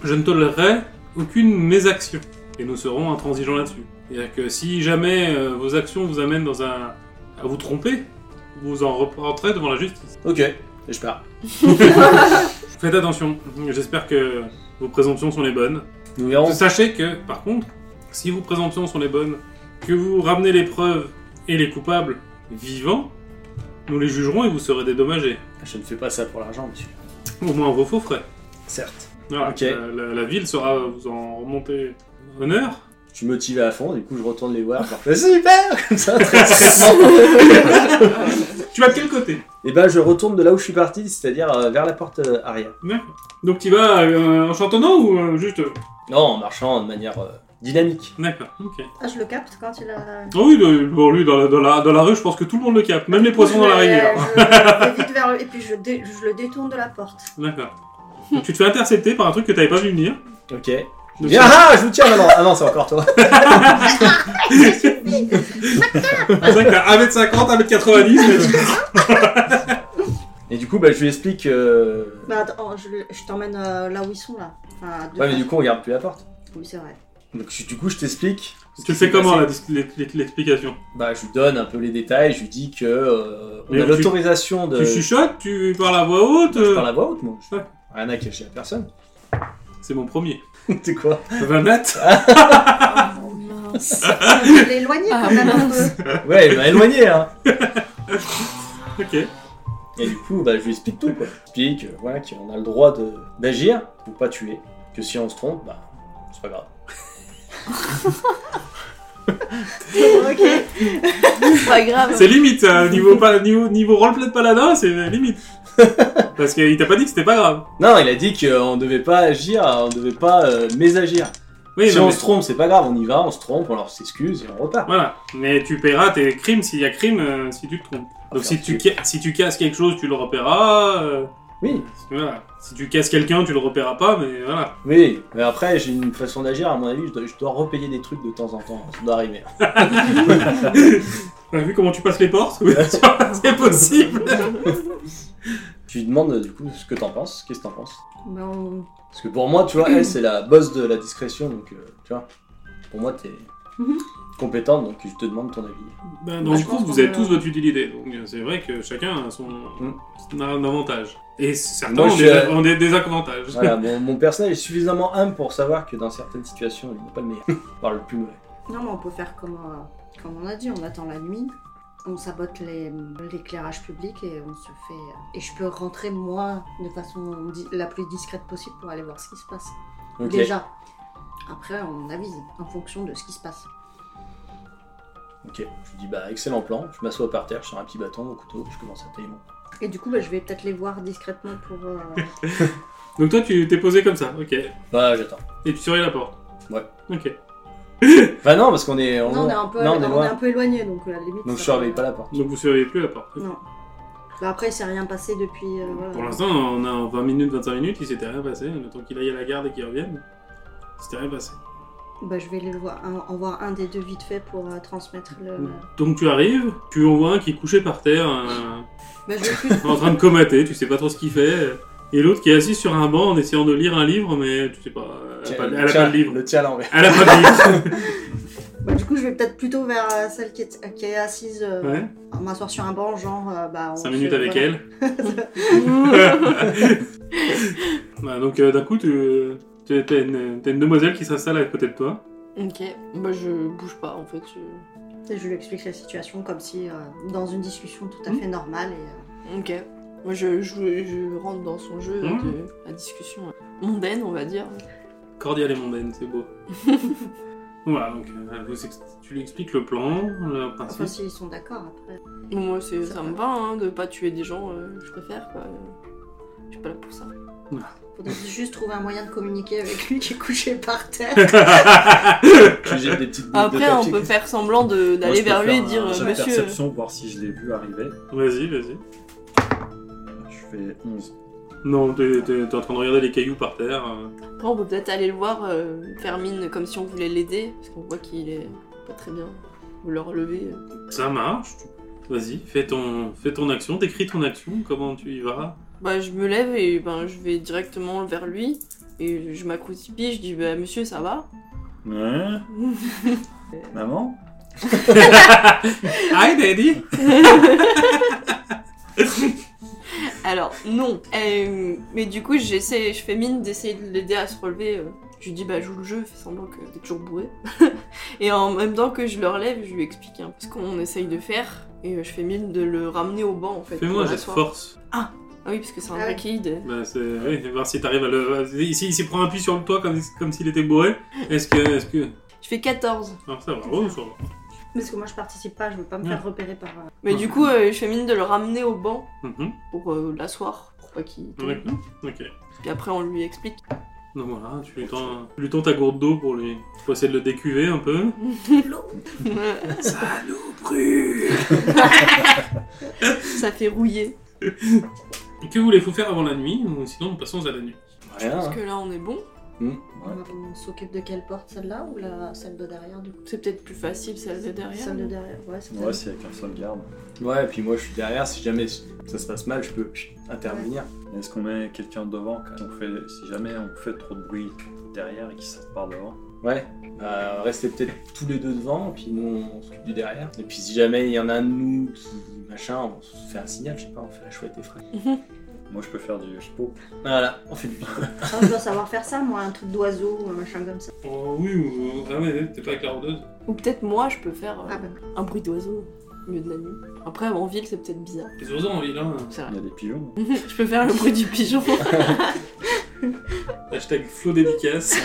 Je ne tolérerai aucune mésaction, et nous serons intransigeants là-dessus. C'est-à-dire que si jamais euh, vos actions vous amènent dans un... à vous tromper, vous en reporterez devant la justice. Ok, et je pars. Faites attention, j'espère que vos présomptions sont les bonnes. Nous verrons. Sachez que, par contre, si vos présomptions sont les bonnes, que vous ramenez les preuves et les coupables vivants, nous les jugerons et vous serez dédommagés. Je ne fais pas ça pour l'argent, monsieur. Au moins vos faux frais. Certes. Voilà, Ok. la, la- la ville sera vous en remonter honneur. Je suis motivé à fond, du coup je retourne les voir. je leur fais, Super Comme ça, très discrètement. Tu vas de quel côté Et ben je retourne de là où je suis parti, c'est-à-dire euh, vers la porte euh, arrière. D'accord. Donc tu vas euh, en chantonnant ou euh, juste... euh, Non, en marchant de manière euh, dynamique. D'accord, ok. Ah, je le capte quand il a. Ah oui, le- bon, lui, dans la, dans, la, dans la rue, je pense que tout le monde le capte, même les poissons dans la Je- rivière. je vais vite vers le- Et puis je, dé- je le détourne de la porte. D'accord. Donc, tu te fais intercepter par un truc que t'avais pas vu venir. Ok. Donc, Viens, ah, je vous tiens maintenant. Ah non, c'est encore toi. C'est vrai que t'as 1m50, 1m90, mais tu- Et du coup, bah, je lui explique. euh, Bah, attends, je, le- je t'emmène euh, là où ils sont là. Enfin, de Ouais, mais du coup, on garde plus la porte. Oui, c'est vrai. Donc je- du coup, je t'explique. ce Tu qui le fais s'est comment, passé. la dis- l'e- l'e- l'explication Bah, je lui donne un peu les détails. Je lui dis que euh, on Mais a tu- l'autorisation de. Tu chuchotes, tu parles à voix haute Euh, Je euh, parle à voix haute, moi. Je- Ouais. Rien à cacher à personne. euh, C'est mon premier. C'est quoi 20 mètres Oh, mince. Je l'ai éloigné Ah, quand même un mince. peu. Ouais, il m'a éloigné, hein. Ok. Et du coup, bah, je lui explique tout, quoi. Je lui explique euh, voilà, qu'on a le droit de- d'agir pour pas tuer. Que si on se trompe, bah, c'est pas grave. Ah, ok. pas grave. C'est limite, euh, niveau, pa- niveau, niveau roleplay de paladin, c'est limite. Parce qu'il t'a pas dit que c'était pas grave. Non, il a dit qu'on devait pas agir, on devait pas euh, mésagir. Oui, si non, on mais- se trompe, c'est pas grave, on y va, on se trompe, on leur s'excuse et on repart. Voilà. Mais tu paieras tes crimes s'il y a crime, euh, si tu te trompes. Ah, Donc si tu, ca- si tu casses quelque chose, tu le repéreras. euh, Oui, voilà. Si tu casses quelqu'un, tu le repéreras pas, mais voilà. oui, mais après, j'ai une façon d'agir, à mon avis, je dois, je dois repayer des trucs de temps en temps, ça doit arriver. T'as vu comment tu passes les portes Oui, C'est possible Je lui demande euh, du coup ce que t'en penses, qu'est-ce que t'en penses Bah, on- Parce que pour moi, tu vois, elle, c'est la boss de la discrétion, donc euh, tu vois, pour moi, t'es Mhm. compétente, donc je te demande ton avis. Ben, Bah, dans je le groupe, pense qu'on vous avez a- tous votre utilité. Donc euh, c'est vrai que chacun a son Mm. son a un avantage. Et certains Moi, ont, je des... suis, euh, ont des désavantages. Voilà, mon, mon personnage est suffisamment humble pour savoir que dans certaines situations, il n'est pas le meilleur, voire le plus mauvais. Non, mais on peut faire comme, euh, comme on a dit, on attend la nuit, on sabote les- l'éclairage public et on se fait. euh, et je peux rentrer moi de façon di- la plus discrète possible pour aller voir ce qui se passe. Ok. Déjà. Après, on avise en fonction de ce qui se passe. Ok, je lui dis bah excellent plan, je m'assois par terre, je sors un petit bâton au couteau, je commence à tailler mon. Et du coup, bah, je vais peut-être les voir discrètement pour. euh, Donc toi, tu t'es posé comme ça, ok. Et Bah j'attends. tu surveilles la porte. Ouais. Ok. Enfin Bah, non, parce qu'on est. Non, on est un peu, non, on est on est loin. un peu éloigné, donc euh, à la limite. Donc je ça surveille va. pas la porte. Donc vous surveillez plus la porte. Non. Bah, après, il s'est rien passé depuis. euh, voilà. Pour l'instant, on a 20 minutes, 25 minutes, il s'était rien passé. Le temps qu'il aille à la garde et qu'il revienne, c'était rien passé. Bah, je vais les voir, un- en voir un des deux vite fait pour euh, transmettre le. Donc tu arrives, tu en vois un qui est couché par terre, euh, Bah, je vais plus. en train de comater, tu sais pas trop ce qu'il fait. euh, Et l'autre qui est assis sur un banc en essayant de lire un livre, mais tu sais pas, euh, elle a pas, elle a Tiens, pas de livre. Le tien à l'envers. Elle a pas de livre. Bah, du coup, je vais peut-être plutôt vers euh, celle qui est, qui est assise, euh, Ouais, à m'asseoir sur un banc, genre. euh, bah, on 5 se- minutes avec voilà. elle. Bah, donc euh, d'un coup, tu tu- t'as une, t'as une demoiselle qui s'installe à côté de toi. ok, moi je bouge pas en fait. je- Et je lui explique la situation comme si, euh, dans une discussion tout Mmh. à fait normale. Et, euh, Ok. Moi je, je, je rentre dans son jeu Mhm. de la discussion mondaine, on va dire. Cordiale et mondaine, c'est beau. voilà, donc euh, elle vous ex- tu lui expliques le plan, le enfin, principe. s'ils sont d'accord après. Bon, moi c'est, Ça ça me va hein, de pas tuer des gens, euh, je préfère quoi. Je suis pas là pour ça. Faudrait juste trouver un moyen de communiquer avec lui qui est couché par terre. Je lui jette des petites boules de Après, on papier. peut faire semblant de- d'aller je peux vers lui et faire dire un jet euh, de Monsieur. perception, voir si je l'ai vu arriver. vas-y, vas-y. Je fais 11. Non, t'es t'es- t'es en train de regarder les cailloux par terre. euh. Après, on peut peut-être aller le voir, euh, faire mine comme si on voulait l'aider, parce qu'on voit qu'il est pas très bien. Ou le relever. euh. Ça marche. tu- Vas-y, fais ton, fais ton action, décris ton action, comment tu y vas. Bah, je me lève et ben, je vais directement vers lui. Et je m'accroupis, je dis bah, Monsieur, ça va Ouais. Maman Hi, daddy Alors, non. Euh, mais du coup, j'essaie, je fais mine d'essayer de l'aider à se relever. euh. Je lui dis, bah, joue le jeu, fais semblant que t'es toujours bourré. et en même temps que je le relève, je lui explique un peu ce qu'on essaye de faire. Et euh, je fais mine de le ramener au banc, en fait. Fais-moi un pour jet de l'asseoir. force. Ah oui, parce que c'est un Ah oui. liquide. Bah, c'est... oui, voir si t'arrives à le. S'il si, s'il prend appui sur le toit comme, comme s'il était bourré, est-ce que. Est-ce que... Je fais 14. Alors, ça va, oh, ça va. Parce que moi je participe pas, je veux pas me Ouais. faire repérer par. euh, Mais Ouais. du coup, euh, je fais mine de le ramener au banc Mhm. pour euh, l'asseoir, pour pas qu'il tombe. D'accord. Ok. Puis après, on lui explique. Donc voilà, tu lui tends, tu lui tends ta gourde d'eau pour lui. Pour essayer de le décuver un peu. Ça nous brûle ça fait rouiller. Que voulez-vous faire avant la nuit ou sinon nous passons à la nuit Rien. Ah. Parce hein. que là, on est bon. Ouais. On s'occupe de quelle porte Celle-là ou la celle de derrière du coup C'est peut-être plus facile celle de derrière. Celle de derrière, ouais, c'est Ouais, c'est avec un seul garde. Ouais, et puis moi je suis derrière, si jamais ça se passe mal, je peux chut, intervenir. Est-ce qu'on met quelqu'un devant quand on fait, Si jamais on fait trop de bruit derrière et qu'il sort par devant. Ouais, euh, restez peut-être tous les deux devant, puis nous on s'occupe du derrière. Et puis si jamais il y en a un de nous qui machin, on se fait un signal, je sais pas, on fait la chouette et frère. Moi, je peux faire du pipeau. Voilà, on fait du Ah, je dois savoir faire ça, moi, un truc d'oiseau ou un machin comme ça. Oh oui, ou... ah ouais, t'es pas avec la rôdeuse Ou peut-être moi, je peux faire euh, Ah ben, un bruit d'oiseau au milieu de la nuit. Après, en ville, c'est peut-être bizarre. Les oiseaux en ville, hein. C'est Il vrai. y a des pigeons. je peux faire le bruit du pigeon. Hashtag flot dédicace.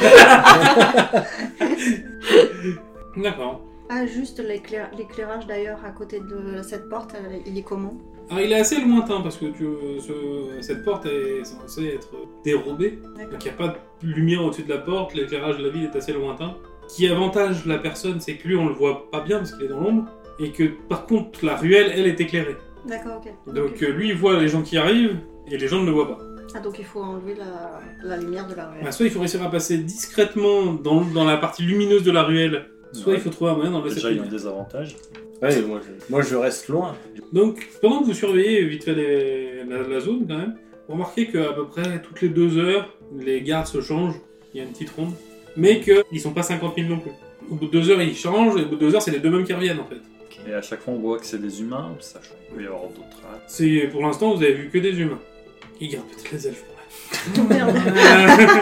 D'accord. ah, juste l'éclair- l'éclairage d'ailleurs à côté de cette porte, elle- il est comment Alors Ah, il est assez lointain parce que tu, ce- cette porte est censée être dérobée. D'accord. Donc il n'y a pas de lumière au-dessus de la porte, l'éclairage de la ville est assez lointain. Ce qui avantage la personne, c'est que lui on le voit pas bien parce qu'il est dans l'ombre. Et que par contre la ruelle, elle est éclairée. D'accord, ok. Donc Ok. euh, lui il voit les gens qui arrivent et les gens ne le voient pas. Ah, donc il faut enlever la, la lumière de la Bah, ruelle. soit il faut réussir à passer discrètement dans, dans la partie lumineuse de la ruelle, soit Ouais. il faut trouver un moyen d'enlever cette Déjà, il y a lumière. des avantages. Ouais, moi je, moi je reste loin. Donc, pendant que vous surveillez vite fait les- la, la zone, quand même, vous remarquez qu'à peu près toutes les deux heures, les gardes se changent. Il y a une petite ronde. Mais qu'ils sont pas 50 000 non plus. Au bout de deux heures, ils changent, et au bout de deux heures, c'est les deux mêmes qui reviennent, en fait. Et à chaque fois, on voit que c'est des humains, ça change. Il peut y avoir d'autres euh, races. C'est, pour l'instant, vous avez vu que des humains. Ils gardent peut-être les elfes. pour Merde. là.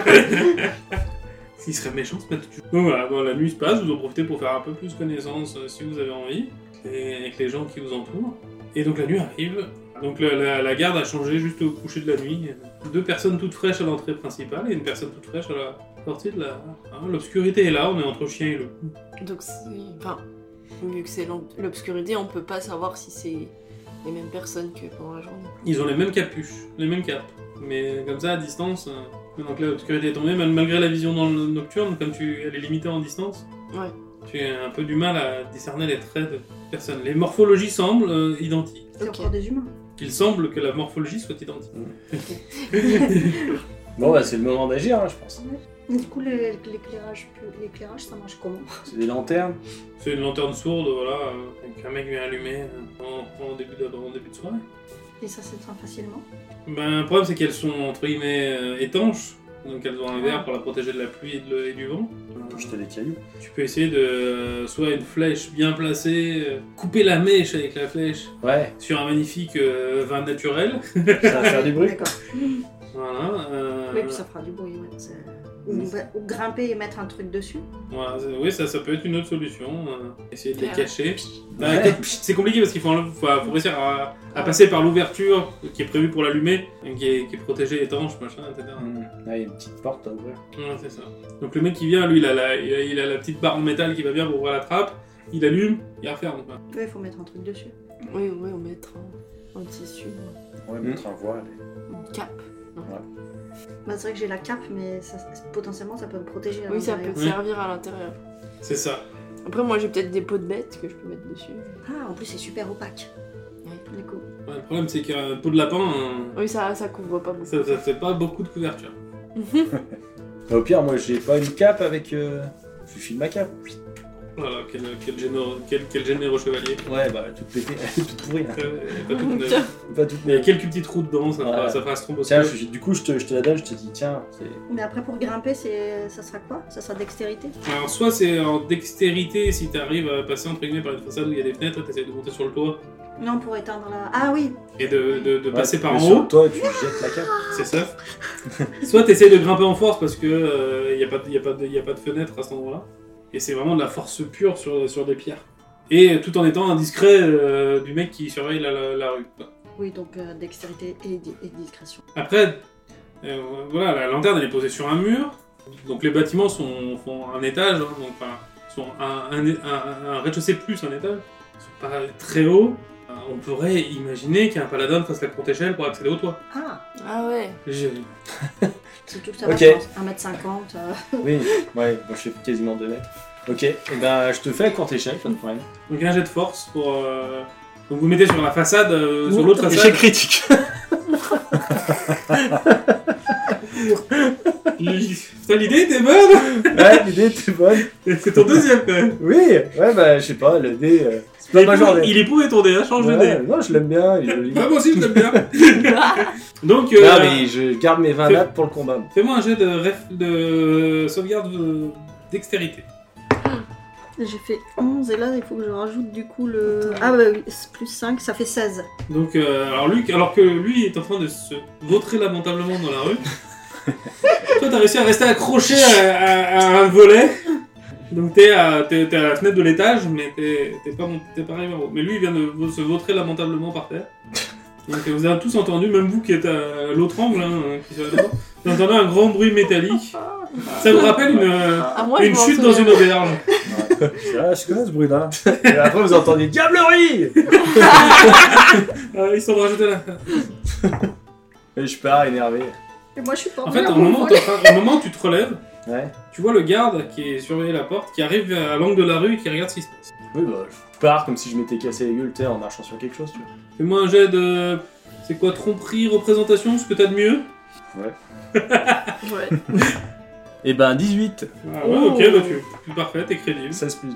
S'ils seraient méchants, c'est pas tout. Donc voilà, bon, la nuit se passe, vous en profitez pour faire un peu plus connaissance euh, si vous avez envie, et avec les gens qui vous entourent. Et donc la nuit arrive. Donc la, la- la garde a changé juste au coucher de la nuit. Deux personnes toutes fraîches à l'entrée principale et une personne toute fraîche à la sortie de la. hein, L'obscurité est là, on est entre chien et loup. Donc, c'est- enfin, vu que c'est l'om- l'obscurité, on peut pas savoir si c'est les mêmes personnes que pendant la journée. Ils ont les mêmes capuches, les mêmes capes, mais comme ça à distance. euh, Maintenant que l'obscurité est tombée, mal- malgré la vision dans le nocturne, comme tu, elle est limitée en distance, Ouais. tu as un peu du mal à discerner les traits de personnes. Les morphologies semblent euh, identiques. C'est Ok. encore des humains. Il semble que la morphologie soit identique. Bon bah c'est le moment d'agir, hein, je pense. Mais du coup, les- l'éclairage, plus- l'éclairage, ça marche comment C'est des lanternes. C'est une lanterne sourde, voilà, euh, avec un mec vient allumer euh, en, en début de, en début de soirée. Et ça s'éteint facilement Ben, le problème, c'est qu'elles sont entre guillemets euh, étanches, donc elles ont un verre pour la protéger de la pluie et, de le- et du vent. On peut jeter des cailloux. Tu peux essayer de euh, soit une flèche bien placée, euh, couper la mèche avec la flèche Ouais, sur un magnifique euh, vin naturel. ça va faire du bruit. D'accord. Voilà. euh, Oui, puis ça fera du bruit, ouais. c'est- Ou, ou grimper et mettre un truc dessus. voilà, c'est- oui, ça, ça peut être une autre solution. euh, essayer de les Ah. Faire. cacher. Bah, Ouais. que- C'est compliqué parce qu'il faut, enlever- faut, faut réussir à, à passer par l'ouverture qui est prévue pour l'allumer, qui est, qui est protégée, étanche, machin, etc. Mmh. Ouais, il y a une petite porte à ouvrir. Ouais, c'est ça. Donc le mec qui vient, lui, il a, la, il, a, il a la petite barre en métal qui va bien pour ouvrir la trappe. Il allume, il referme. quoi. Oui, il faut mettre un truc dessus. Oui, oui, on mettra un, un tissu, On va Mm. mettre un voile. une cape. Bah, c'est vrai que j'ai la cape, mais ça, potentiellement ça peut me protéger. à Oui, ça peut l'intérieur. Oui. servir à l'intérieur. C'est ça. Après, moi, j'ai peut-être des peaux de bêtes que je peux mettre dessus. Ah, en plus c'est super opaque. Ouais. Du coup. Ouais, le problème, c'est qu'un pot de lapin, euh, Oui, ça, ça couvre pas beaucoup. ça, ça fait pas beaucoup de couverture. Bah, au pire, moi j'ai pas une cape avec. Euh... Je file ma cape. Voilà, quel, quel, généreux, quel, quel généreux chevalier. Ouais, bah toute pétée, toute pourrie. hein. Euh, pas toute neuve. Pas toute Il y a quelques petits trous dedans, ça, Ouais. fera, ça fera se tromper. Tiens, je- je- du coup, je te, je te la donne, je te dis, tiens, c'est. Mais après pour grimper, c'est ça sera quoi Ça sera dextérité Alors, soit c'est en dextérité, si t'arrives à passer entre guillemets par une façade où il y a des fenêtres, t'essayes de monter sur le toit Non, pour éteindre la. Ah oui et de, de- de Ouais, passer tu par mets en sur haut, Toi, tu jettes la cape. c'est ça. Soit t'essayes de grimper en force parce que euh, y a, pas de- y a, pas de- y a pas de fenêtre à cet endroit-là. Et c'est vraiment de la force pure sur, sur des pierres. Et tout en étant indiscret euh, du mec qui surveille la, la- la rue. Oui, donc euh, dextérité et, di- et discrétion. Après, euh, voilà, la lanterne elle est posée sur un mur. Donc les bâtiments sont, font un étage, hein, donc, enfin, sont un, un- un- un rez-de-chaussée plus un étage. Ils sont pas très hauts. Euh, On pourrait imaginer qu'un paladin fasse la courte échelle pour accéder au toit. Ah, Ah ouais. J'ai- surtout que ça va, Ok. je pense, 1m50. euh, Oui, ouais, moi je fais quasiment 2 mètres. Ok, et ben je te fais à courte échelle, pas de problème. Donc un jet de force pour. euh, Donc vous mettez sur la façade, euh, sur l'autre façade. Échec critique. Putain, l'idée était bonne ouais, l'idée était bonne. C'est ton deuxième quand même Oui, ouais, bah je sais pas, le dé. euh, c'est pas ma journée. Il est pourri ton dé, hein, change de Ouais, dé. Non, je l'aime bien, il est joli. Bah, moi aussi je l'aime bien. Donc, euh, Non, mais je garde mes 20 nattes pour le combat. moi. fais-moi un jet de, ref- de sauvegarde euh, dextérité. J'ai fait 11 et là il faut que je rajoute du coup le. Ah bah oui, c'est plus 5, ça fait 16. Donc, euh, alors, Luc, alors que lui est en train de se vautrer lamentablement dans la rue, toi t'as réussi à rester accroché à, à- à un volet. Donc t'es à, t'es- t'es à la fenêtre de l'étage, mais t'es t'es pas, mon- t'es pas arrivé en haut. Mais lui il vient de va- se vautrer lamentablement par terre. Donc vous avez tous entendu, même vous qui êtes à l'autre angle, hein, qui sont là-dedans, vous entendez un grand bruit métallique. Ça vous rappelle une, euh, Ah, moi, je une m'en chute dans une souviens. auberge. Ah, je connais ce bruit-là. Et après, vous entendez Diablerie Ah, ils sont rajoutés là. Et je pars énervé. Et moi je suis pas En fait, bien au moment, où contrôlée. t'es en train- au moment où tu te relèves, Ouais. tu vois le garde qui est surveillé la porte, qui arrive à l'angle de la rue et qui regarde ce qui se passe. Oui, bah je pars comme si je m'étais cassé la gueule, tu sais, en marchant sur quelque chose, tu vois. Fais-moi un jet de. C'est quoi, tromperie, représentation, ce que t'as de mieux Ouais. Et ben 18. Ah ouais, ok, bah tu. tu- Parfait, t'es crédible. 16 plus 2.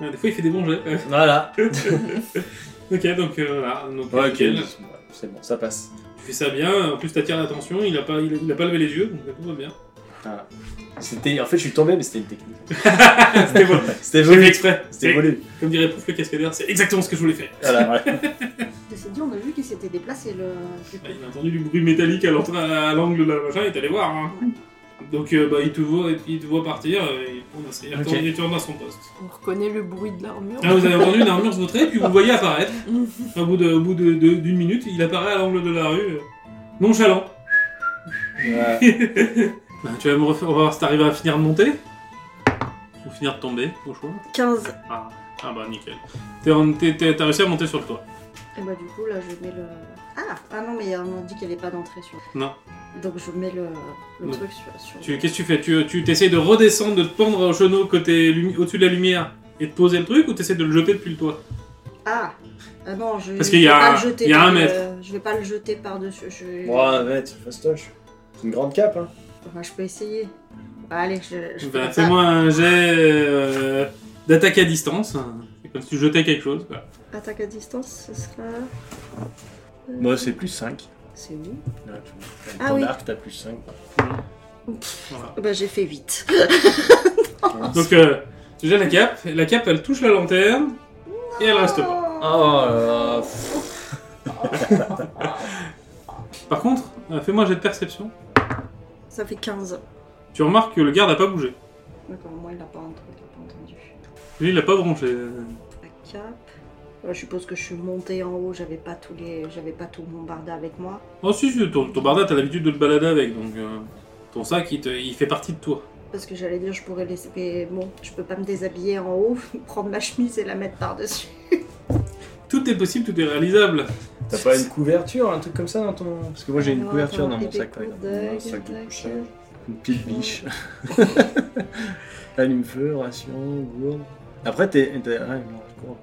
Ah, des fois, il fait des bons jets. Voilà. ok, donc euh, voilà. Donc, Ouais, ok. nickel. C'est bon, ça passe. Tu fais ça bien, en plus, t'attires l'attention, il, a pas- il, a- il a pas levé les yeux, donc bah, tout va bien. C'était, en fait, je suis tombé, mais c'était une technique. C'était bon, C'était j'ai fait volé. exprès. C'était volé. Comme dirait Pouf le cascadeur, c'est exactement ce que je voulais faire. Voilà, ouais. Ceci dit, on a vu qu'il s'était déplacé le. Ah, Il a entendu du bruit métallique à l'entrée- à l'angle de la machin, il est allé voir. hein. Donc euh, bah, il, te voit, il te voit partir, euh, il, tourne à ses- il Ok. retourne- il tourne à son poste. On reconnaît le bruit de l'armure. Là vous avez entendu une armure se vautrer, puis vous voyez apparaître. Au bout de- au bout de- de- d'une minute, il apparaît à l'angle de la rue, euh, nonchalant. Ouais. Bah, tu vas me refaire, on va voir si t'arrives à finir de monter. Ou finir de tomber, au choix. 15. Ah, ah bah nickel. T'es en- t'es- t'es- T'as réussi à monter sur le toit. Et bah du coup là je mets le. Ah, ah non, mais on a dit qu'il n'y avait pas d'entrée sur. Non. Donc je mets le, le Non. truc sur. sur- Tu- Qu'est-ce que tu fais Tu tu- t'essayes de redescendre, de te pendre au cheneau côté lumi- au-dessus de la lumière et de poser le truc, ou t'essayes de le jeter depuis le toit Ah Ah non, je. Parce je qu'il y vais a pas un- le jeter il y a un par- mètre. euh, je vais pas le jeter par-dessus. Je... Ouais, ouais. tu fastoche. C'est une grande cape, hein. Enfin, je peux essayer. Bah, allez, je. je Bah, fais ça. fais-moi un jet euh, d'attaque à distance. C'est comme si tu jetais quelque chose. quoi. Attaque à distance, ce sera. Moi, c'est plus 5. C'est où Ah Ton oui. arc, t'as plus 5. Voilà. Bah, j'ai fait 8. Oh. Donc, euh, tu jettes la cape. La cape, elle touche la lanterne et elle reste pas. Oh là là. Par contre, euh, fais-moi un jet de perception. Ça fait 15. Tu remarques que le garde n'a pas bougé. D'accord, moi, il n'a pas, entendu- il a pas entendu. Lui, il n'a pas bronché. La cape. Euh, je suppose que je suis montée en haut, j'avais pas tous les. J'avais pas tout mon barda avec moi. Oh, si, si, ton, ton barda, t'as l'habitude de le balader avec. Donc, euh, ton sac, il, te- il fait partie de toi. Parce que j'allais dire, je pourrais laisser. Mais bon, je peux pas me déshabiller en haut, prendre ma chemise et la mettre par-dessus. Tout est possible, tout est réalisable. T'as pas une couverture, un truc comme ça dans ton. Parce que moi, j'ai une Alors, couverture attends, dans mon épée sac, euh. par exemple. coudeuse, Un sac de tac, couchage. Une pile biche. Allume-feu, ration, gourde. Après, t'es. t'es- Ouais, non, gourde.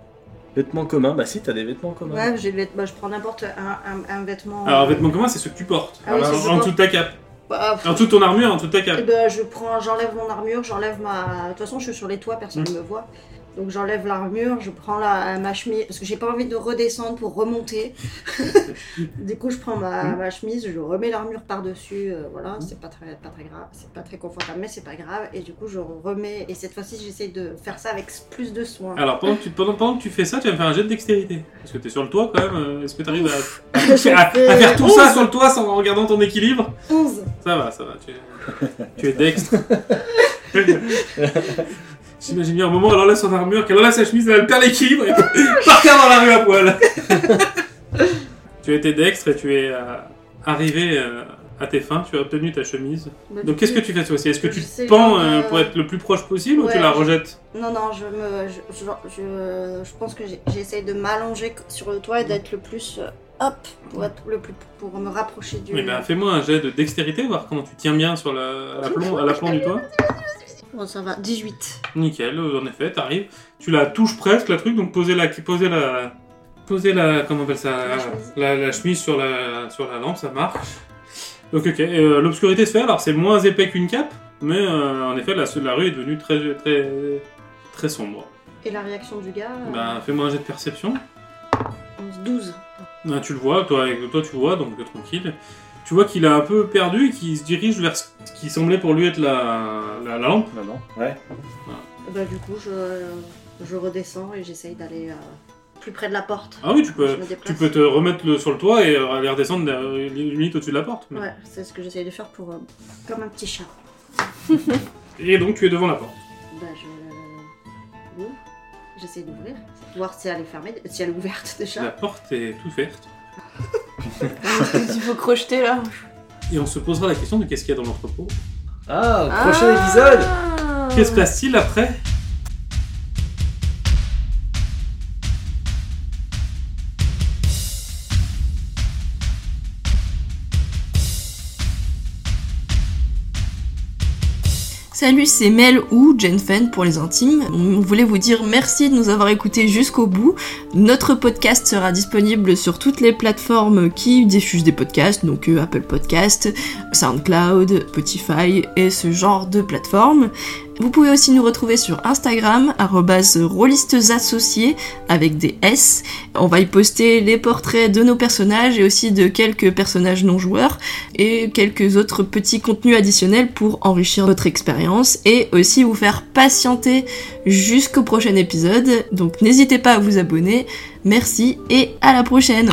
Vêtements communs, bah si, t'as des vêtements communs. Ouais, j'ai le vêt- bah, je prends n'importe un, un, un vêtement. Alors, vêtement commun, c'est ce que tu portes. Ah oui, en, c'est ce que je en dessous de ta cape. Bah, pff, En dessous de ton armure, en dessous de ta eh cape. ben, je prends, j'enlève mon armure, j'enlève ma. De toute façon, je suis sur les toits, personne ne me voit. Donc j'enlève l'armure, je prends la, ma chemise, parce que j'ai pas envie de redescendre pour remonter. du coup, je prends ma, ma chemise, je remets l'armure par-dessus, euh, voilà, c'est pas très, pas très grave, c'est pas très confortable, mais c'est pas grave. Et du coup, je remets, et cette fois-ci, j'essaie de faire ça avec plus de soin. Alors, pendant que, tu, pendant, pendant que tu fais ça, tu vas me faire un jet de dextérité. Parce que t'es sur le toit quand même. euh, Est-ce que t'arrives à, J'ai à, à faire fait tout ça sur le toit sans en regardant ton équilibre 11 Ça va, ça va. Tu, es- tu es dextre. J'imagine bien un moment, elle enlève son armure, qu'elle enlève sa chemise, elle perd l'équilibre et par terre dans la rue à poil. tu as été dextre et tu es euh, arrivé euh, à tes fins, tu as obtenu ta chemise. Bah, du Donc qu'est-ce coup, que tu fais toi aussi Est-ce que Je tu sais te pends pas, euh, euh, pour être le plus proche possible ou tu ouais, la je- rejettes Non, non, je me. Je, je, je- je pense que j'ai- j'essaie de m'allonger sur le toit et d'être le plus. euh, Hop Pour, être le plus, pour me rapprocher du. Oui, bah fais-moi un jet de dextérité, voir comment tu tiens bien sur la, à la plomb, à la plomb du toit. Bon, Oh, ça va, 18. Nickel, euh, en effet, t'arrives, tu la touches presque, la truc, donc poser la, poser la, poser la, comment on appelle ça, La la, chemise. la- la chemise sur la, sur la lampe, ça marche. Donc ok, euh, l'obscurité se fait, alors c'est moins épais qu'une cape, mais euh, en effet, la, la rue est devenue très, très, très sombre. Et la réaction du gars euh, Bah fais-moi un jet de perception. 11, 12. Ah, tu le vois, toi, et toi tu vois, donc euh, tranquille. Tu vois qu'il a un peu perdu et qu'il se dirige vers ce qui semblait pour lui être la, la, la lampe. Non, non. Et Bah, du coup, je, je redescends et j'essaye d'aller euh, plus près de la porte. Ah oui, tu peux, Je me déplace. tu peux te remettre le- sur le toit et euh, aller redescendre euh, limite au-dessus de la porte. mais- Ouais, c'est ce que j'essaye de faire pour. euh, comme un petit chat. Et donc tu es devant la porte. Bah, je. l'ouvre. J'essaie d'ouvrir. Voir si elle est fermée, si elle est ouverte La déjà. porte est toute verte. Il faut crocheter là. Et on se posera la question de qu'est-ce qu'il y a dans l'entrepôt. Ah, au prochain épisode Que se passe-t-il après Salut, c'est Mel ou Jenfen pour les intimes. On voulait vous dire merci de nous avoir écoutés jusqu'au bout. Notre podcast sera disponible sur toutes les plateformes qui diffusent des podcasts, donc euh, Apple Podcast, SoundCloud, Spotify et ce genre de plateformes. Vous pouvez aussi nous retrouver sur Instagram, arrobase rôlistesassociés avec des S. On va y poster les portraits de nos personnages et aussi de quelques personnages non joueurs et quelques autres petits contenus additionnels pour enrichir votre expérience et aussi vous faire patienter jusqu'au prochain épisode. Donc n'hésitez pas à vous abonner. Merci et à la prochaine